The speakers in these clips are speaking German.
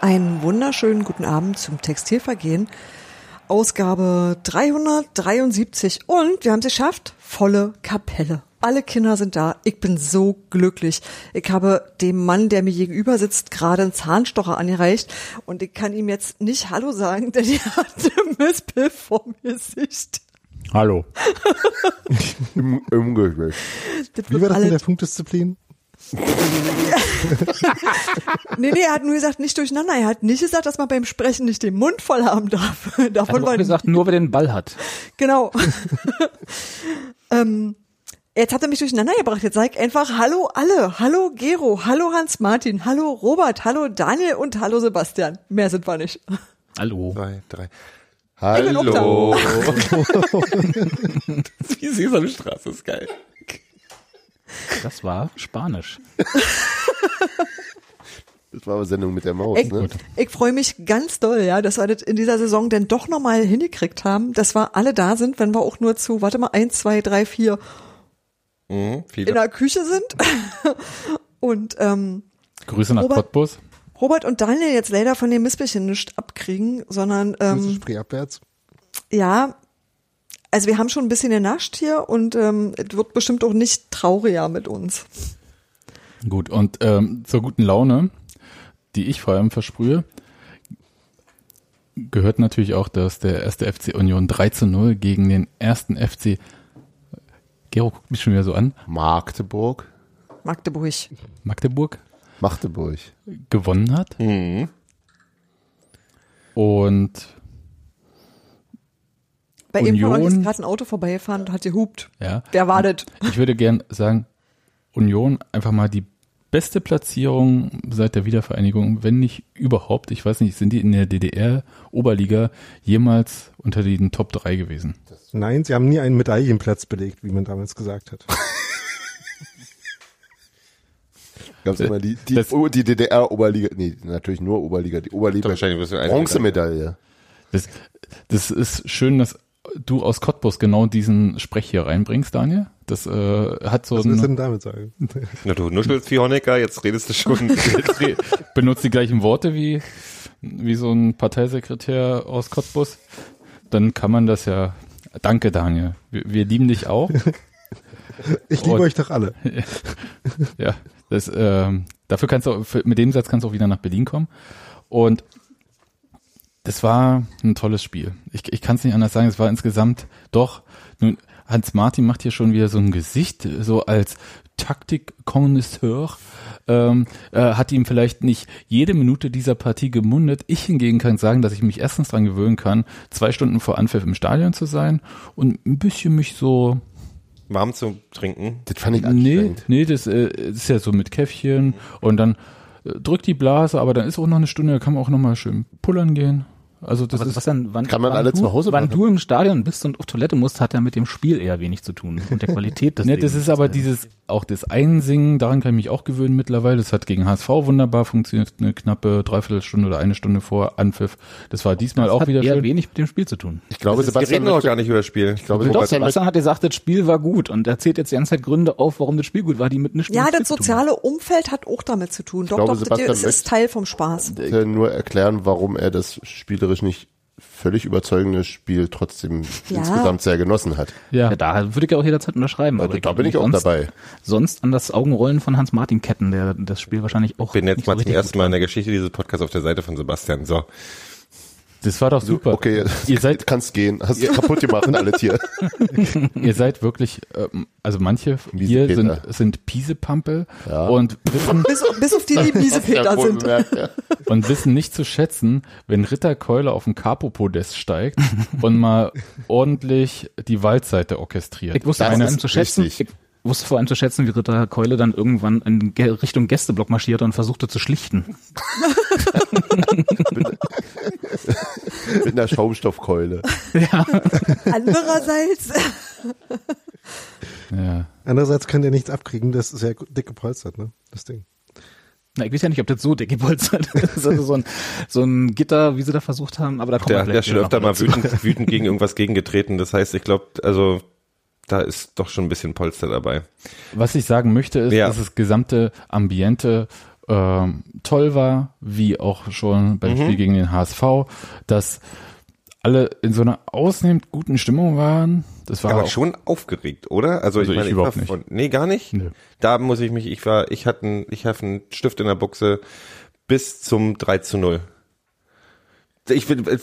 Einen wunderschönen guten Abend zum Textilvergehen. Ausgabe 373 und wir haben es geschafft. Volle Kapelle. Alle Kinder sind da. Ich bin so glücklich. Ich habe dem Mann, der mir gegenüber sitzt, gerade einen Zahnstocher angereicht und ich kann ihm jetzt nicht Hallo sagen, denn er hat eine Mispel vor mir Gesicht. Hallo. Im, im Gespräch. Das Wie wird war das alle- mit der Funkdisziplin? Nee, nee, er hat nur gesagt, nicht durcheinander. Er hat nicht gesagt, dass man beim Sprechen nicht den Mund voll haben darf. Er Also Davon hat auch war gesagt, nur wer den Ball hat. Genau. ähm, jetzt hat er mich durcheinander gebracht. Jetzt sag ich einfach Hallo alle, Hallo Gero, Hallo Hans Martin, Hallo Robert, Hallo Daniel und Hallo Sebastian. Mehr sind wir nicht. Hallo. Drei, drei. Halt. Ich bin Hallo. Wie Sesamstraße ist geil. Das war Spanisch. Das war aber Sendung mit der Maus, Ich, ne? ich freue mich ganz doll, ja, dass wir das in dieser Saison denn doch nochmal hingekriegt haben, dass wir alle da sind, wenn wir auch nur zu, warte mal, eins, zwei, drei, vier Mhm, in viele. der Küche sind. und ähm, Grüße nach Robert- Cottbus. Robert und Daniel jetzt leider von dem Mispelchen nicht abkriegen, sondern Ähm, ähm, Spree abwärts. Ja, also wir haben schon ein bisschen genascht hier und ähm, es wird bestimmt auch nicht trauriger mit uns. Gut, und ähm, zur guten Laune, die ich vor allem versprühe, gehört natürlich auch, dass der erste FC Union 3 zu 0 gegen den ersten FC Gero guckt mich schon wieder so an. Magdeburg. Magdeburg. Magdeburg Magdeburg. gewonnen hat. Mhm. Und Bei ihm Union. ist gerade ein Auto vorbeigefahren und hat gehupt. ja, Wer war das? Ich würde gern sagen, Union einfach mal die beste Platzierung seit der Wiedervereinigung, wenn nicht überhaupt. Ich weiß nicht, sind die in der DDR Oberliga jemals unter den Top 3 gewesen? Nein, sie haben nie einen Medaillenplatz belegt, wie man damals gesagt hat. Gab's immer die, die, Das- oh, die DDR-Oberliga, nee, natürlich nur Oberliga, die Oberliga. Doch, wahrscheinlich wirst du eine Bronzemedaille. Das, das ist schön, dass du aus Cottbus genau diesen Sprech hier reinbringst, Daniel. Das äh, hat so Was willst du denn ein, damit sagen? Na, du nuschelst wie Honecker, jetzt redest du schon. benutzt die gleichen Worte wie, wie so ein Parteisekretär aus Cottbus. Dann kann man das ja. Danke, Daniel. Wir, wir lieben dich auch. Ich Oh. liebe Und- euch doch alle. Ja, das, ähm, dafür kannst du, auch- für, mit dem Satz kannst du auch wieder nach Berlin kommen. Und das war ein tolles Spiel. Ich, ich kann es nicht anders sagen. Es war insgesamt doch. Nun, Hans Martin macht hier schon wieder so ein Gesicht, so als Taktik-Kommunisteur. Ähm, äh, hat ihm vielleicht nicht jede Minute dieser Partie gemundet. Ich hingegen kann sagen, dass ich mich erstens dran gewöhnen kann, zwei Stunden vor Anpfiff im Stadion zu sein und ein bisschen mich so Warm zu trinken. Das fand ich Nee, anstrengend. nee, das äh, ist ja so mit Käffchen und dann äh, drückt die Blase, aber dann ist auch noch eine Stunde, da kann man auch noch mal schön pullern gehen. Also das Was, ist was dann, wann, Kann man wann alle du, zu Hause Wann machen. du im Stadion bist und auf Toilette musst, hat ja mit dem Spiel eher wenig zu tun und der Qualität des Ne, das Lebens. ist aber dieses, auch das Einsingen, daran kann ich mich auch gewöhnen mittlerweile. Das hat gegen HSV wunderbar funktioniert, eine knappe Dreiviertelstunde oder eine Stunde vor Anpfiff. Das war diesmal Das auch hat wieder eher schön. wenig mit dem Spiel zu tun. Ich glaube, Wir Sebastian reden doch möchte, gar nicht über das Spiel. Ich glaube, Doch, Robert möchte, Sebastian hat gesagt, das Spiel war gut und erzählt jetzt die ganze Zeit Gründe auf, warum das Spiel gut war, die mit nichts mit Ja, dem Spiel das zu tun haben. soziale Umfeld hat auch damit zu tun. Doch, glaube, doch, das Sebastian ist, ist möchte- Teil vom Spaß. möchte nur erklären, warum er das spielerisch nicht völlig überzeugende Spiel trotzdem Ja. insgesamt sehr genossen hat. ja. Ja, da würde ich ja auch jederzeit unterschreiben. Also, da bin ich auch sonst, dabei. Sonst an das Augenrollen von Hans-Martin Ketten, der das Spiel wahrscheinlich auch. bin nicht jetzt so mal zum richtig ersten gut Mal in der Geschichte dieses Podcasts auf der Seite von Sebastian. So. Das war doch super. Also, Okay, Ihr seid, kannst gehen. Hast du kaputt gemacht, alle Tier. ihr seid wirklich, ähm, also manche Miese hier sind, Peter. sind Piesepampel und wissen, Bis, bis auf die, die miese Peter wohl sind. bemerkt, ja. und wissen nicht zu schätzen, wenn Ritter Keule auf den Capo-Podest steigt und mal ordentlich die Waldseite orchestriert. Ich wusste Das vor allem ist zu schätzen. richtig. Ich wusste vor allem zu schätzen, wie Ritter Keule dann irgendwann in Ge- Richtung Gästeblock marschierte und versuchte zu schlichten. Mit einer Schaumstoffkeule. Andererseits, ja. Andererseits kann der nichts abkriegen, das ist ja dick gepolstert, ne? Das Ding. Na, ich weiß ja nicht, ob das so dick gepolstert ist. Das ist also so ein, so ein Gitter, wie sie da versucht haben, aber da kommt Der hat ja schon öfter mal wieder. wütend, wütend gegen irgendwas gegengetreten. Das heißt, ich glaube, also da ist doch schon ein bisschen Polster dabei. Was ich sagen möchte, ist, Ja. dass das gesamte Ambiente ähm, toll war, wie auch schon Mhm. beim Spiel gegen den HSV, dass alle in so einer ausnehmend guten Stimmung waren. Das war Aber auch, schon aufgeregt, oder? Also, Also ich überhaupt war nicht. Von, nee, gar nicht. Nö. Da muss ich mich, ich war, ich hatte einen, ich hatte einen Stift in der Buchse bis zum 3 zu 0. Ich bin, äh,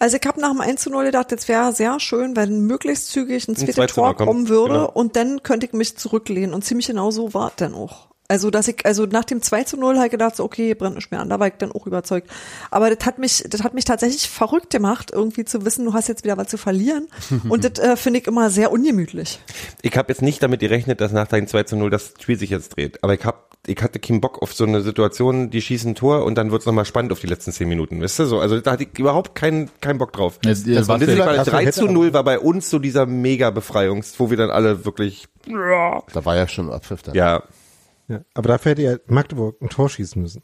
Also ich habe nach dem 1 zu 0 gedacht, jetzt wäre sehr schön, wenn möglichst zügig ein zweites 2 zu 0 Tor kommt, kommen würde genau. und dann könnte ich mich zurücklehnen und ziemlich genau so war es dann auch. Also dass ich, also nach dem 2 zu 0 halt gedacht, so, okay, brennt nicht mehr an, da war ich dann auch überzeugt. Aber das hat mich, das hat mich tatsächlich verrückt gemacht, irgendwie zu wissen, du hast jetzt wieder was zu verlieren und das äh, finde ich immer sehr ungemütlich. ich habe jetzt nicht damit gerechnet, dass nach deinem 2 zu 0 das Spiel sich jetzt dreht. Aber ich hab, ich hatte keinen Bock auf so eine Situation, die schießen ein Tor und dann wird's noch nochmal spannend auf die letzten 10 Minuten, weißt du? So, also da hatte ich überhaupt keinen, keinen Bock drauf. Ja, ihr das war wart witzig, ja- weil Dafür 3 hätte zu aber- 0 war bei uns so dieser Mega-Befreiungs, wo wir dann alle wirklich, Da war ja schon Abpfiff dann. ja, Ja, aber dafür hätte ja Magdeburg ein Tor schießen müssen.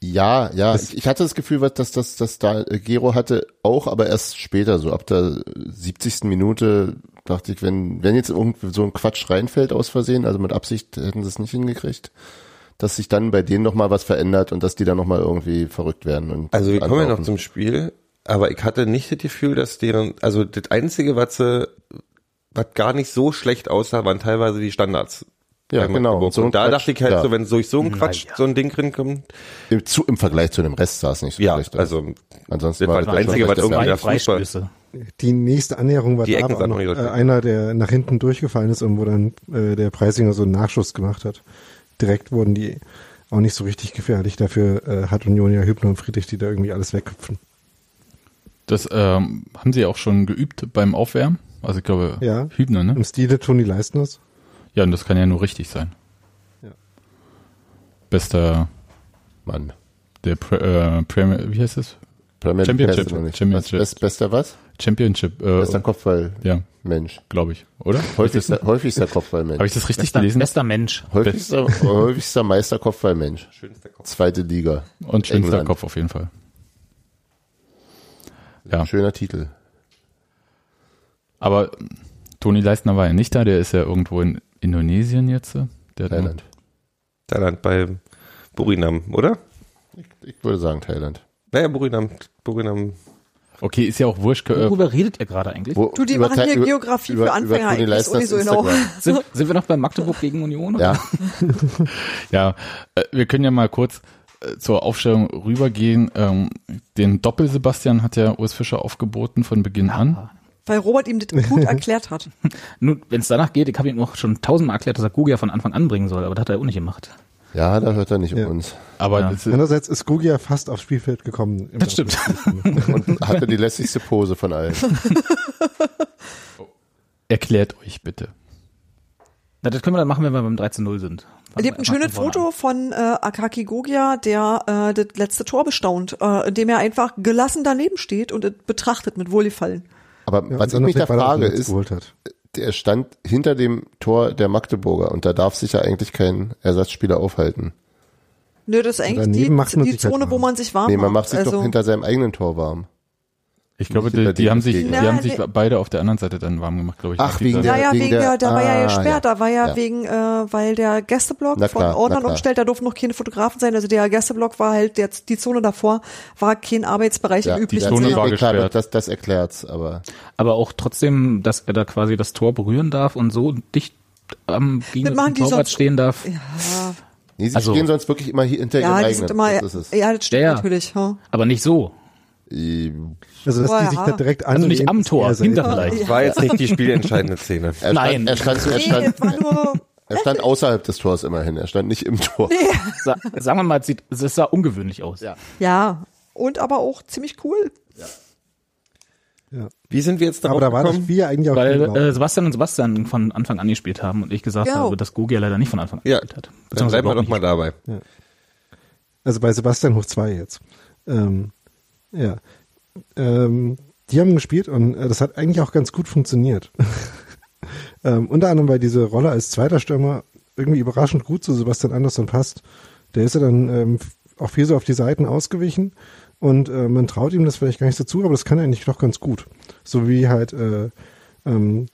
Ja, ja. Ich, ich hatte das Gefühl, was- dass das, dass da äh, Gero hatte auch, aber erst später, so ab der 70. Minute dachte ich, wenn, wenn jetzt irgendwie so ein Quatsch reinfällt aus Versehen, also mit Absicht hätten sie es nicht hingekriegt, dass sich dann bei denen nochmal was verändert und dass die dann nochmal irgendwie verrückt werden. Und Also wir kommen ja noch anlaufen. zum Spiel, aber ich hatte nicht das Gefühl, dass deren, also das einzige, was sie, was gar nicht so schlecht aussah, waren teilweise die Standards. Ja, bei genau. Magdeburg. So ein und da Quatsch, dachte ich halt ja. so, wenn durch so ein Quatsch so ein Ding rinkommt, Im, zu, Im Vergleich zu dem Rest sah es nicht so ja, schlecht aus. also Ansonsten das war das schon Einzige, was recht irgendwie erfreulich. der Fußball. Freistöße. Die nächste Annäherung war Die da Ecken aber sahen auch noch noch, äh, nicht so schlecht. einer, der nach hinten durchgefallen ist und wo dann äh, der Preisinger so einen Nachschuss gemacht hat. Direkt wurden die auch nicht so richtig gefährlich. Dafür äh, hat Union ja Hübner und Friedrich, die da irgendwie alles wegköpfen. das ähm, haben sie auch schon geübt beim Aufwärmen. Also ich glaube, Ja. Hübner, ne? Im Stile Toni Leistners. Ja, und das kann ja nur richtig sein. Ja. Bester Mann. der Pre äh, Premier, wie heißt es? Premier Championship. League heißt er noch nicht. Championship. Best, bester was? Championship, äh, Bester Kopfball. ja, Mensch. glaube ich, oder? Häufigster, häufigster Kopfballmensch. Habe ich das richtig Bester, gelesen? bester Mensch. Häufigster, häufigster Meister Kopfballmensch. Schönster Kopf. Zweite Liga. Und schönster England. Kopf auf jeden Fall. Ja, Schöner Titel. aber Toni Leistner war ja nicht da, der ist ja irgendwo in Indonesien jetzt. äh. Der hat Thailand. Thailand bei Burinam, oder? Ich würde sagen Thailand. Naja, Burinam, Burinam. Okay, ist ja auch wurscht. Äh, Worüber redet ihr gerade eigentlich? Wo, Du, die über machen Thai- hier über- Geografie für Anfänger, ich weiß Toni auch Leistners nicht so genau. Instagram. Sind, sind wir noch bei Magdeburg gegen Union? Ja, Ja, äh, wir können ja mal kurz äh, zur Aufstellung rübergehen. Ähm, den Doppel-Sebastian hat ja Urs Fischer aufgeboten von Beginn an. Weil Robert ihm das gut erklärt hat. Nun, wenn es danach geht, ich habe ihm auch schon tausendmal erklärt, dass er Gugia von Anfang an bringen soll, aber das hat er auch nicht gemacht. ja, da hört er nicht Ja. um uns. Aber Ja. das, Andererseits ist Gugia fast aufs Spielfeld gekommen. im Das stimmt. Und hatte die lässigste Pose von allen. erklärt euch bitte. Na, das können wir dann machen, wenn wir beim 13-0 sind. Es gibt ein schönes Foto von äh, Akaki Gogia, der äh, das letzte Tor bestaunt, äh, in dem er einfach gelassen daneben steht und es betrachtet mit Wohlgefallen. Aber Ja, und was ich dann noch mich den da Ball auf den frage Netz ist, Geholt hat. der stand hinter dem Tor der Magdeburger und da darf sich ja eigentlich kein Ersatzspieler aufhalten. Nö, das ist Also eigentlich Daneben die, macht man die sich halt Zone, wo warm. man sich warm Nee, man macht sich also, doch hinter seinem eigenen Tor warm. Ich glaube, Nicht hinter die, die dem haben sich, die Gegner. haben Nein, sich nee. beide auf der anderen Seite dann warm gemacht, glaube ich. Ach, Nach wegen dieser- ja, ja, wegen wegen der- der, da war ah, ja gesperrt, ja. da war ja, Ja. wegen, äh, weil der Gästeblock Na klar, von Ordnern na klar. umstellt, da durften noch keine Fotografen sein, also der Gästeblock war halt, der, die Zone davor war kein Arbeitsbereich im üblichen Zone Sinne. war nee, klar, gesperrt. das, das erklärt's, aber Aber auch trotzdem, dass er da quasi das Tor berühren darf und so dicht am gegen machen den die Torwart sonst- stehen darf. Ja, nee, sie Also- stehen sonst wirklich immer hier hinter ihrem ja die eigenen. sind immer, das ist es. ja, das stimmt Ja, ja. natürlich. Ja. Aber nicht so. Ähm, Also, dass Boah, die sich ja. da direkt an. Also nicht am Tor, hinter vielleicht. Das war jetzt nicht die spielentscheidende Szene. Er stand, Nein. Er stand, er Nee, das war stand, nur, er stand außerhalb des Tors immerhin. Er stand nicht im Tor. Sa sagen wir mal, es, sieht, es sah ungewöhnlich aus. Ja. ja, und aber auch ziemlich cool. Wie sind wir jetzt darauf Aber da war das gekommen? Spiel ja genau. eigentlich auch Weil schon gelaufen. äh, Sebastian und Sebastian von Anfang an gespielt haben und ich gesagt Genau. habe, dass Gogia leider nicht von Anfang an Ja. gespielt hat. Dann Beziehungsweise bleiben wir überhaupt doch mal nicht. dabei. Also bei Sebastian hoch zwei jetzt. Ähm, ja. Ähm, die haben gespielt und äh, das hat eigentlich auch ganz gut funktioniert. ähm, unter anderem, weil diese Rolle als zweiter Stürmer irgendwie überraschend gut zu Sebastian Andersson passt. Der ist ja dann ähm, auch viel so auf die Seiten ausgewichen und äh, man traut ihm das vielleicht gar nicht so zu, aber das kann er eigentlich doch ganz gut. So wie halt äh, ähm,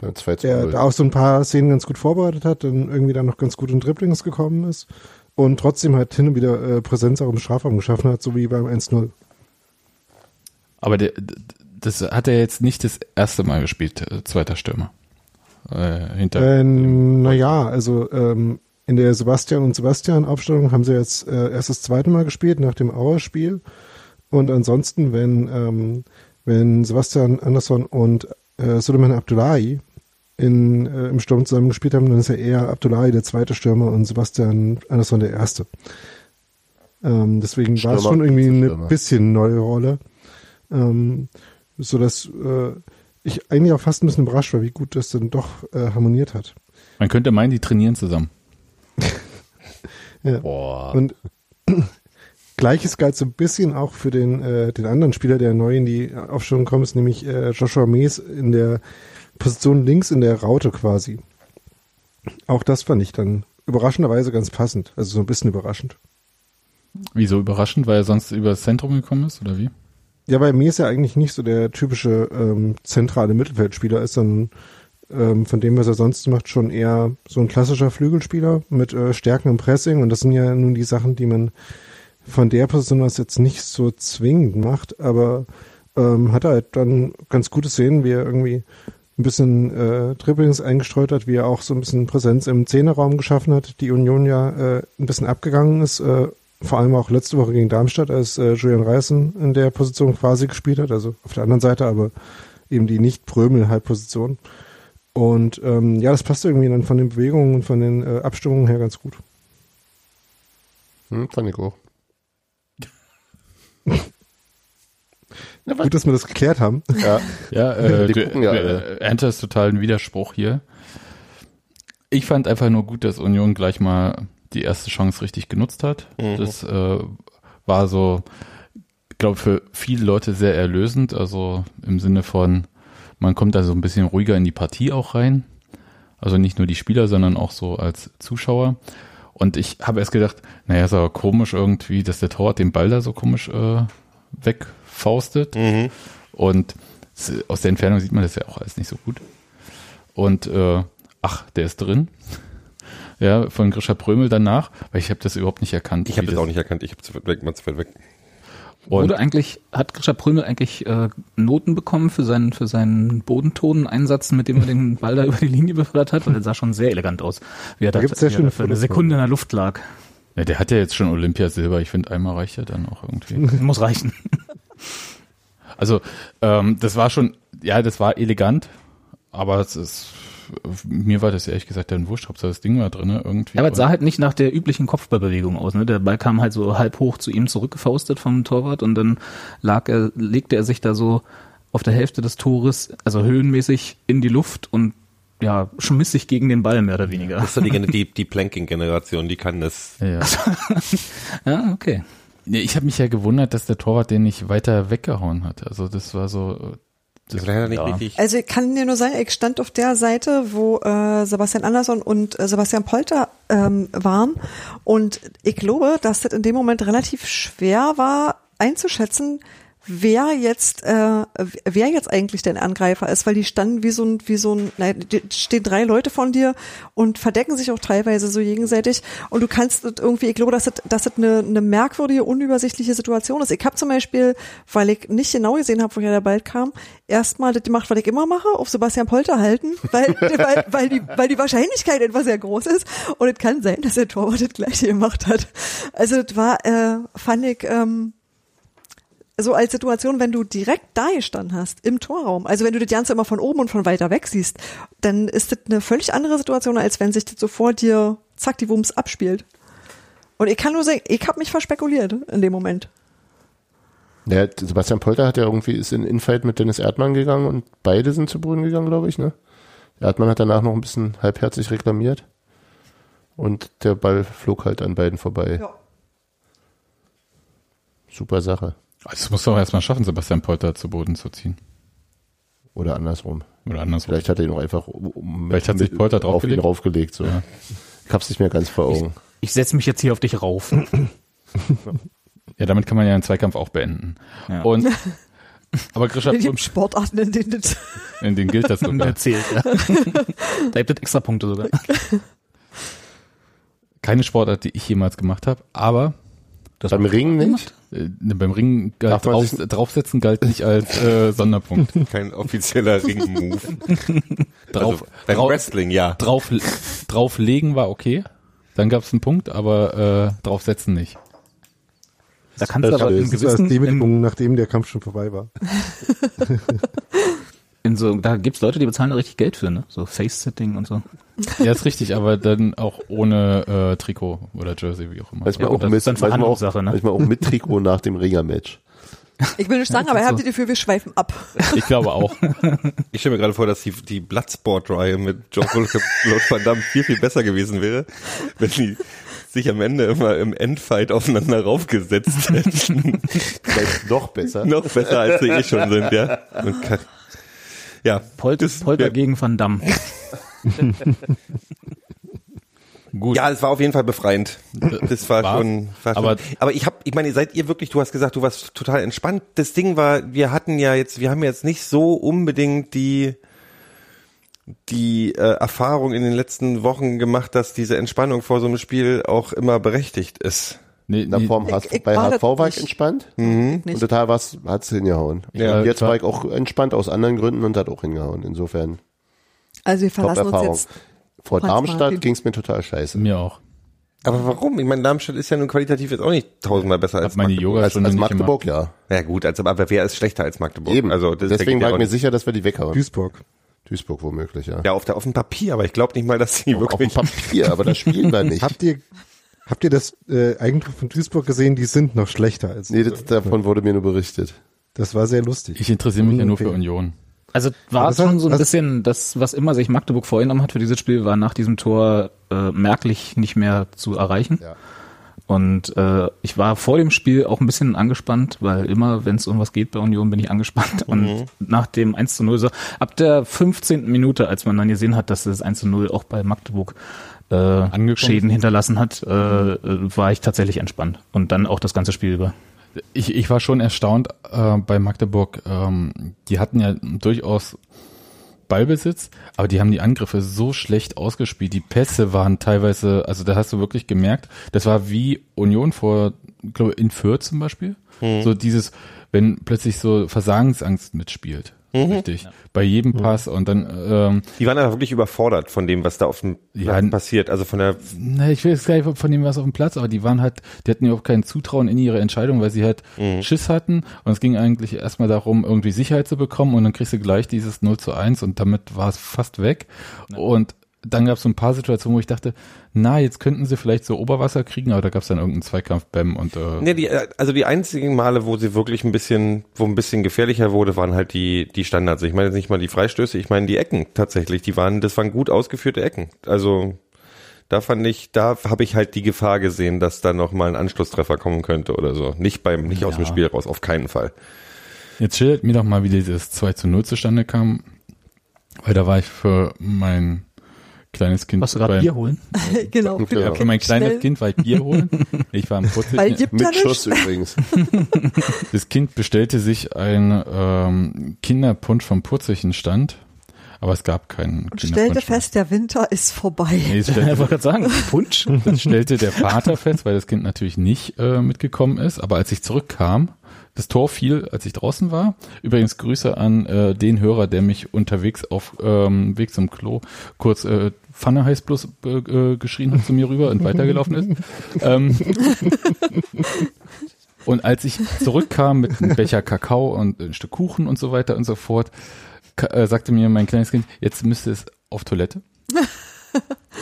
beim 2 zu der 0. da auch so ein paar Szenen ganz gut vorbereitet hat, dann irgendwie dann noch ganz gut in Dribblings gekommen ist und trotzdem halt hin und wieder äh, Präsenz auch im Strafraum geschaffen hat, so wie beim 1-0. Aber der, d- das hat er jetzt nicht das erste Mal gespielt, äh, zweiter Stürmer. Äh, hinter. Äh, naja, also ähm, in der Sebastian und Sebastian-Aufstellung haben sie jetzt äh, erst das zweite Mal gespielt nach dem Auer-Spiel. Und ansonsten, wenn, ähm, wenn Sebastian Andersson und äh, Suleiman Abdullahi in, äh, im Sturm zusammen gespielt haben, dann ist ja eher Abdullahi der zweite Stürmer und Sebastian Andersson der erste. Ähm, deswegen war Stürmer, es schon irgendwie eine Stürmer. bisschen neue Rolle. Ähm, so dass äh, ich eigentlich auch fast ein bisschen überrascht war, wie gut das dann doch äh, harmoniert hat. Man könnte meinen, die trainieren zusammen. Ja. Boah. Und gleiches galt so ein bisschen auch für den, äh, den anderen Spieler, der neu in die Aufstellung kommt, ist nämlich äh, Joshua Mees in der Position links in der Raute quasi. Auch das fand ich dann überraschenderweise ganz passend, also so ein bisschen überraschend. Wieso überraschend, weil er sonst über das Zentrum gekommen ist, oder wie? Ja, bei mir ist ja eigentlich nicht so der typische ähm, zentrale Mittelfeldspieler ist, sondern ähm, von dem, was er sonst macht, schon eher so ein klassischer Flügelspieler mit äh, Stärken im Pressing. Und das sind ja nun die Sachen, die man von der Position aus jetzt nicht so zwingend macht, aber ähm, hat er halt dann ganz gute Szenen, wie er irgendwie ein bisschen äh, Dribblings eingestreut hat, wie er auch so ein bisschen Präsenz im Zehnerraum geschaffen hat, die Union ja äh, ein bisschen abgegangen ist, äh, vor allem auch letzte Woche gegen Darmstadt, als äh, Julian Reißen in der Position quasi gespielt hat, also auf der anderen Seite, aber eben die nicht Prömel-Halbposition. Und ähm, ja, das passt irgendwie dann von den Bewegungen und von den äh, Abstimmungen her ganz gut. Hm, fand ich auch. Na, was? Gut, dass wir das geklärt haben. Ja. Ja, äh, Die du- gucken ja du- alle. Ernte ist total ein Widerspruch hier. Ich fand einfach nur gut, dass Union gleich mal die erste Chance richtig genutzt hat. Mhm. Das äh, war so, glaube für viele Leute sehr erlösend. Also im Sinne von, man kommt da so ein bisschen ruhiger in die Partie auch rein. Also nicht nur die Spieler, sondern auch so als Zuschauer. Und ich habe erst gedacht, naja, ist aber komisch irgendwie, dass der Torwart den Ball da so komisch äh, wegfaustet. Mhm. Und s- aus der Entfernung sieht man das ja auch alles nicht so gut. Und äh, ach, der ist drin. Ja, von Grisha Prömel danach, weil ich habe das überhaupt nicht erkannt. Ich habe wie das auch nicht erkannt. Ich habe zu weit weg, mal zu weit weg. Und Wurde eigentlich, hat Grisha Prömel eigentlich äh, Noten bekommen für seinen, für seinen Bodentoneinsatz, mit dem er den Ball da über die Linie befördert hat? Weil er sah schon sehr elegant aus, wie er da, gibt's sehr wie er schöne da für eine Fotos von. Sekunde in der Luft lag. ja, der hat ja jetzt schon Olympia Silber. Ich finde, einmal reicht ja dann auch irgendwie. Muss reichen. Also, ähm, das war schon, ja, das war elegant, aber es ist, mir war das ehrlich gesagt dann wurscht, ob das Ding war drin, irgendwie. Ja, aber es sah halt nicht nach der üblichen Kopfballbewegung aus. Ne? Der Ball kam halt so halb hoch zu ihm zurückgefaustet vom Torwart und dann lag er, legte er sich da so auf der Hälfte des Tores, also höhenmäßig in die Luft und ja, schmiss sich gegen den Ball mehr oder weniger. Das ist ja die, Gen- die, die Planking-Generation, die kann das. ja. Ja, okay. Nee, ich habe mich ja gewundert, dass der Torwart den nicht weiter weggehauen hat. Also das war so. äh, Das Vielleicht hat er nicht ja. richtig. Also ich kann dir nur sagen, ich stand auf der Seite, wo äh, Sebastian Andersson und äh, Sebastian Polter ähm, waren. Und ich glaube, dass das in dem Moment relativ schwer war einzuschätzen, wer jetzt äh, wer jetzt eigentlich dein Angreifer ist, weil die standen wie so ein wie so ein nein, die- stehen drei Leute von dir und verdecken sich auch teilweise so gegenseitig und du kannst das irgendwie ich glaube dass das, dass das eine, eine merkwürdige unübersichtliche Situation ist ich habe zum Beispiel weil ich nicht genau gesehen habe woher der Ball kam erstmal das gemacht was ich immer mache auf Sebastian Polter halten weil weil, weil die weil die Wahrscheinlichkeit etwas sehr groß ist und es kann sein dass der Torwart das gleiche gemacht hat also das war äh, fand ich ähm, so als Situation, wenn du direkt da gestanden hast, im Torraum, also wenn du das Ganze immer von oben und von weiter weg siehst, dann ist das eine völlig andere Situation, als wenn sich das so vor dir, zack, die Wumms abspielt. Und ich kann nur sagen, ich habe mich verspekuliert in dem Moment. Ja, Sebastian Polter hat ja irgendwie, ist in Infight mit Dennis Erdmann gegangen und beide sind zu Brünen gegangen, glaube ich, ne? Erdmann hat danach noch ein bisschen halbherzig reklamiert. Und der Ball flog halt an beiden vorbei. Ja. Super Sache. Das musst du auch erstmal schaffen, Sebastian Polter zu Boden zu ziehen. Oder andersrum. Oder andersrum. Vielleicht hat er ihn auch einfach um- um, Vielleicht hat sich mit- Polter auf ihn draufgelegt. draufgelegt. So. Ja. Ich hab's nicht mehr ganz vor Augen. Ich setze mich jetzt hier auf dich rauf. Ja, damit kann man ja einen Zweikampf auch beenden. Ja. Und Aber Grisha In den Prüm, Sportarten, in denen das in den gilt das sogar. Erzählt, ja. da gibt es extra Punkte sogar. Keine Sportart, die ich jemals gemacht habe, aber Das Beim Ringen nicht? äh, beim Ringen Darf galt man drauf, sich- draufsetzen galt nicht als äh, Sonderpunkt. Kein offizieller Ring-Move. Drauf, also, beim drauf, Wrestling, ja. drauf, drauflegen war okay. Dann gab es einen Punkt, aber äh, draufsetzen nicht. Da kannst du Das aber in ist als gewissen, in, Demütigung, nachdem der Kampf schon vorbei war. in so, da gibt's Leute, die bezahlen da richtig Geld für, ne? So Face-Sitting und so. Ja, ist richtig, aber dann auch ohne äh, Trikot oder Jersey, wie auch immer. Manchmal auch, das mit, ist dann manchmal, auch, Verhandlungssache, ne? manchmal auch mit Trikot nach dem Ringer-Match. Ich will nicht sagen, aber ihr habt die Gefühl, wir schweifen ab. Ich glaube auch. Ich stelle mir gerade vor, dass die, die Bloodsport-Reihe mit Jean-Claude Van Damme viel, viel besser gewesen wäre, wenn die sich am Ende immer im Endfight aufeinander raufgesetzt hätten. Vielleicht noch besser. Noch besser, als sie eh schon sind, ja. Und kann, ja. Polter, Das- Polter gegen Van Damme. Gut. Ja, es war auf jeden Fall befreiend. Das war, War- schon, war schon. aber- aber ich habe, ich meine, seid ihr wirklich? Du hast gesagt, du warst total entspannt. Das Ding war, wir hatten ja jetzt, wir haben jetzt nicht so unbedingt die die äh, Erfahrung in den letzten Wochen gemacht, dass diese Entspannung vor so einem Spiel auch immer berechtigt ist. Nee, Na, nee, vorm HSV, ich bei war HSV das war nicht. ich entspannt Mhm. und Nicht. total was hat's hingehauen. Ja, und jetzt klar. war ich auch entspannt aus anderen Gründen und hat auch hingehauen. Insofern Also wir top verlassen uns Erfahrung. jetzt. Vor Franz Darmstadt Martin. ging's mir total scheiße. mir auch. Aber warum? Ich meine, Darmstadt ist ja nun qualitativ jetzt auch nicht tausendmal besser als Hab meine Magdeburg. Yoga Als, schon als nicht gemacht. Magdeburg, ja. Ja gut, als, aber wer ist schlechter als Magdeburg? Eben. Also das Deswegen geht ja war auch ich mir nicht. sicher, dass wir die weghauen. Duisburg. Duisburg womöglich, ja. ja auf der auf dem Papier, aber ich glaube nicht mal, dass sie Auf dem wirklich Papier, aber das spielen wir nicht. Habt ihr, habt ihr das äh, Eigentor von Duisburg gesehen? Die sind noch schlechter als Nee, das, davon wurde mir nur berichtet. Das war sehr lustig. Ich interessiere mich ja nur für Okay. Union. Also war das es schon hat- so ein also- bisschen das, was immer sich Magdeburg vorgenommen hat für dieses Spiel, war nach diesem Tor äh, merklich nicht mehr zu erreichen. Ja. Und äh, ich war vor dem Spiel auch ein bisschen angespannt, weil immer, wenn es um was geht bei Union, bin ich angespannt. Und nach dem 1 zu 0, so, ab der 15. Minute, als man dann gesehen hat, dass das 1 zu 0 auch bei Magdeburg äh, Angekommen Schäden ist. hinterlassen hat, äh, äh, war ich tatsächlich entspannt. Und dann auch das ganze Spiel über. Ich, ich war schon erstaunt äh, bei Magdeburg. Ähm, die hatten ja durchaus Ballbesitz, aber die haben die Angriffe so schlecht ausgespielt. Die Pässe waren teilweise, also da hast du wirklich gemerkt, das war wie Union vor, glaube in Fürth zum Beispiel. So dieses, wenn plötzlich so Versagensangst mitspielt. Richtig. Bei jedem Pass und dann, ähm, Die waren einfach wirklich überfordert von dem, was da auf dem Ja, Platz n- passiert. Also von der, Na, ich will jetzt gar nicht von dem was auf dem Platz, aber die waren halt, die hatten überhaupt kein Zutrauen in ihre Entscheidung, weil sie halt Schiss hatten und es ging eigentlich erstmal darum, irgendwie Sicherheit zu bekommen und dann kriegst du gleich dieses 0 zu 1 und damit war es fast weg. Und dann gab es so ein paar Situationen, wo ich dachte, na, jetzt könnten sie vielleicht so Oberwasser kriegen, aber da gab es dann irgendeinen Zweikampf, Bäm und äh, ne, die, also die einzigen Male, wo sie wirklich ein bisschen, wo ein bisschen gefährlicher wurde, waren halt die, die Standards. Ich meine jetzt nicht mal die Freistöße, ich meine die Ecken tatsächlich. Die waren, das waren gut ausgeführte Ecken. Also da fand ich, da habe ich halt die Gefahr gesehen, dass da nochmal ein Anschlusstreffer kommen könnte oder so. Nicht beim, nicht aus dem Ja. Spiel raus, auf keinen Fall. Jetzt schildert mir doch mal, wie dieses 2 zu 0 zustande kam, weil da war ich für mein kleines Kind Warst du gerade beim- Bier holen? genau. Okay, ja. Für mein kleines Schnell. Kind war ich Bier holen. Ich war im Putzig. Weil gibt ja Mit nicht. Schuss übrigens. Das Kind bestellte sich ein ähm, Kinderpunsch vom Purzelchenstand, aber es gab keinen Und Kinderpunsch stellte mehr. fest, der Winter ist vorbei. Nee, es Ich stellte, wollte gerade sagen, Punsch. das stellte der Vater fest, weil das Kind natürlich nicht äh, mitgekommen ist. Aber als ich zurückkam, das Tor fiel, als ich draußen war. Übrigens Grüße an äh, den Hörer, der mich unterwegs auf ähm, Weg zum Klo kurz äh, Pfanne heiß bloß äh, äh, geschrien hat zu mir rüber und weitergelaufen ist. Ähm, und als ich zurückkam mit einem Becher Kakao und ein Stück Kuchen und so weiter und so fort, ka- äh, sagte mir mein kleines Kind, jetzt müsste es auf Toilette.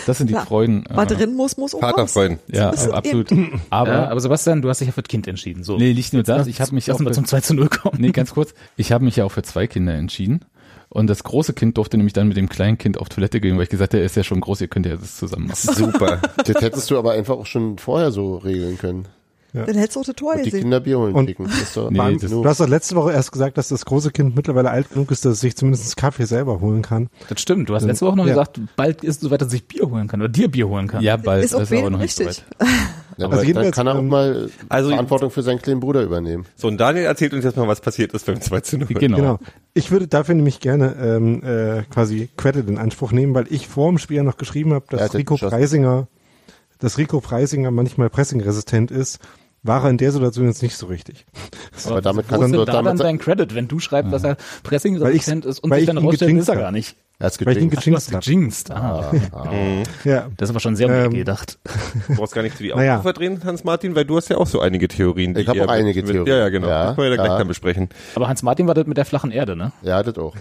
Das sind die Klar. Freuden. War äh, drin muss, muss oh auch raus. Vaterfreund. ja, Das ist ab- absolut. Aber, Aber, ja, aber Sebastian, du hast dich ja für das Kind entschieden. So. Ne? nee, nicht nur das. Lass- Ich habe mich auch lassen wir für, zum 2 zu 0 kommen. nee, ganz kurz. Ich habe mich ja auch für zwei Kinder entschieden. Und das große Kind durfte nämlich dann mit dem kleinen Kind auf Toilette gehen, weil ich gesagt habe, er ist ja schon groß, ihr könnt ja das zusammen machen. Super. Das hättest du aber einfach auch schon vorher so regeln können. Dann hättest du auch das Tor Und die gesehen. Kinder Bier holen Und- schicken. Das ist doch Nee, Mann, das- du hast doch letzte Woche erst gesagt, dass das große Kind mittlerweile alt genug ist, dass es sich zumindest Kaffee selber holen kann. Das stimmt. Du hast letzte Woche noch Ja. gesagt, bald ist es soweit, dass ich Bier holen kann oder dir Bier holen kann. Ja, bald. Ist auch aber wenig noch nicht so richtig. Ja, weit. Also also dann jedenfalls, kann er auch ähm, mal also- Verantwortung für seinen kleinen Bruder übernehmen. So, und Daniel erzählt uns jetzt mal, was passiert ist beim 2 zu 0. Genau. Genau. Ich würde dafür nämlich gerne ähm, äh, quasi Credit in Anspruch nehmen, weil ich vor dem Spiel ja noch geschrieben habe, Er dass hat Rico geschossen. Preisinger, dass Rico Preisinger manchmal pressingresistent ist, war er in der Situation jetzt nicht so richtig. Aber damit Wo kann ist er denn doch da dann damit dein Credit, wenn du schreibst, dass er pressingresistent Weil ich's- ist und weil sich ich dann ihn rausstellt, ist gejinxt er hab. gar nicht. Er hat's Weil ich ihn gejinxt. gejinxt habe. gejinxt. Ah, Ja. das ist aber schon sehr um die Ähm, Ecke gedacht. Du brauchst gar nicht zu die Augen Naja. verdrehen, Hans-Martin, weil du hast ja auch so einige Theorien. die Ich hab ihr auch einige mit, Theorien. Ja, ja, genau. Ja, das können wir ja gleich ja. dann besprechen. Aber Hans-Martin war das mit der flachen Erde, ne? Ja, das auch.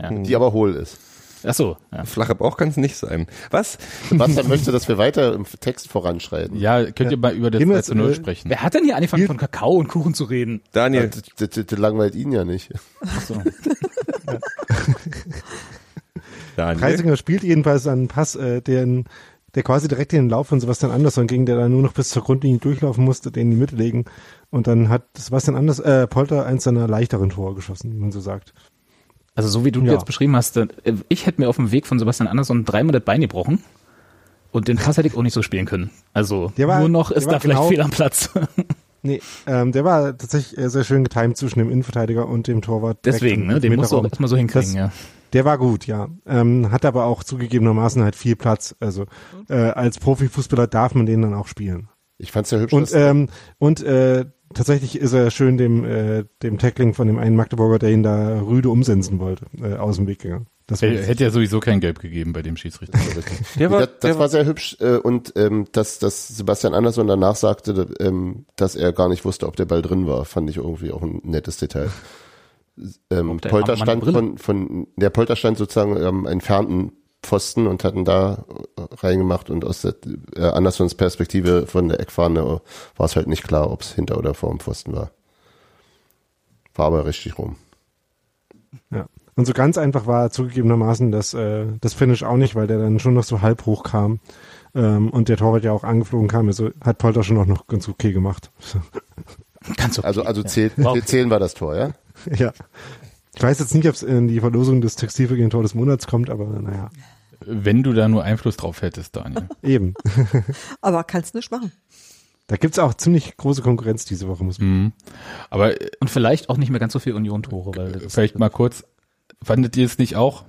Ja. Die aber hohl ist. Ach so. Ja. Flache Bauch kann es nicht sein. Was? Sebastian möchte, dass wir weiter im Text voranschreiten. Ja, könnt ihr mal über das Gehen wir 2 jetzt, zu 0 äh, sprechen? Wer hat denn hier angefangen, von Kakao und Kuchen zu reden? Daniel, Das, das, das, das langweilt ihn ja nicht. Ach so. Daniel. Preisinger spielt jedenfalls einen Pass, äh, den, der quasi direkt in den Lauf von Sebastian Andersson ging, der dann nur noch bis zur Grundlinie durchlaufen musste, den in die Mitte legen. Und dann hat Sebastian Anders, äh, Polter eins seiner leichteren Tore geschossen, wie man so sagt. Also so wie du Ja. jetzt beschrieben hast, dann, äh, ich hätte mir auf dem Weg von Sebastian Andersson dreimal das Bein gebrochen und den Pass hätte ich auch nicht so spielen können. Also Der war- nur noch der ist war da vielleicht genau- viel am Platz. Nee, ähm, der war tatsächlich äh, sehr schön getimed zwischen dem Innenverteidiger und dem Torwart. direkt Deswegen, im ne, den musst du auch Mittelraum. erstmal so hinkriegen. Ja. Der war gut, ja. Ähm, hat aber auch zugegebenermaßen halt viel Platz. Also äh, als Profifußballer darf man den dann auch spielen. Ich fand's ja hübsch, Und dass ähm, und äh, tatsächlich ist er schön dem äh, dem Tackling von dem einen Magdeburger, der ihn da rüde umsensen wollte, äh, aus dem Weg gegangen. Das war Hätte Äh, hätte ja sowieso kein Gelb gegeben bei dem Schiedsrichter. Der Nee, war- das das der war, war- sehr hübsch äh, und ähm, dass, dass Sebastian Andersson danach sagte, ähm, dass er gar nicht wusste, ob der Ball drin war, fand ich irgendwie auch ein nettes Detail. Ähm, Ob der Polter Mann eine stand Brille- von, von der Polter stand sozusagen am entfernten Pfosten und hatten da äh, reingemacht und aus der, äh, Andersons Perspektive von der Eckfahne war es halt nicht klar, ob es hinter oder vor dem Pfosten war. War aber richtig rum. Ja. Und so ganz einfach war zugegebenermaßen das, äh, das Finish auch nicht, weil der dann schon noch so halb hoch kam ähm, und der Torwart ja auch angeflogen kam. Also hat Polter schon auch noch ganz okay gemacht. Ganz okay. Also also zählt, zählen war das Tor, ja? ja. Ich weiß jetzt nicht, ob es in die Verlosung des Textilvergehen-Tor des Monats kommt, aber naja, Wenn du da nur Einfluss drauf hättest, Daniel. eben. Aber kannst nicht machen. Da gibt's auch ziemlich große Konkurrenz diese Woche, muss man Aber äh, und vielleicht auch nicht mehr ganz so viel Union-Tore, weil das ist, vielleicht mal kurz, fandet ihr es nicht auch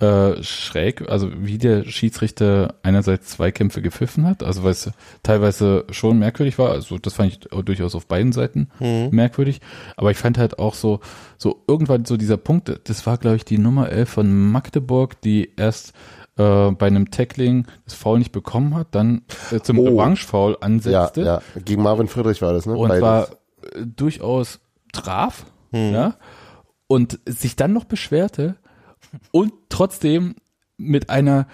äh, schräg, also wie der Schiedsrichter einerseits Zweikämpfe gepfiffen hat, also weil es teilweise schon merkwürdig war, also das fand ich durchaus auf beiden Seiten Mhm. merkwürdig, aber ich fand halt auch so, so irgendwann so dieser Punkt, das war glaube ich die Nummer 11 von Magdeburg, die erst äh, bei einem Tackling das Foul nicht bekommen hat, dann äh, zum Oh. Revanche-Foul Ja, ansetzte ja. Gegen Marvin Friedrich war das, Hm. ne? und Beides. war äh, durchaus traf, ja, und sich dann noch beschwerte und trotzdem mit einer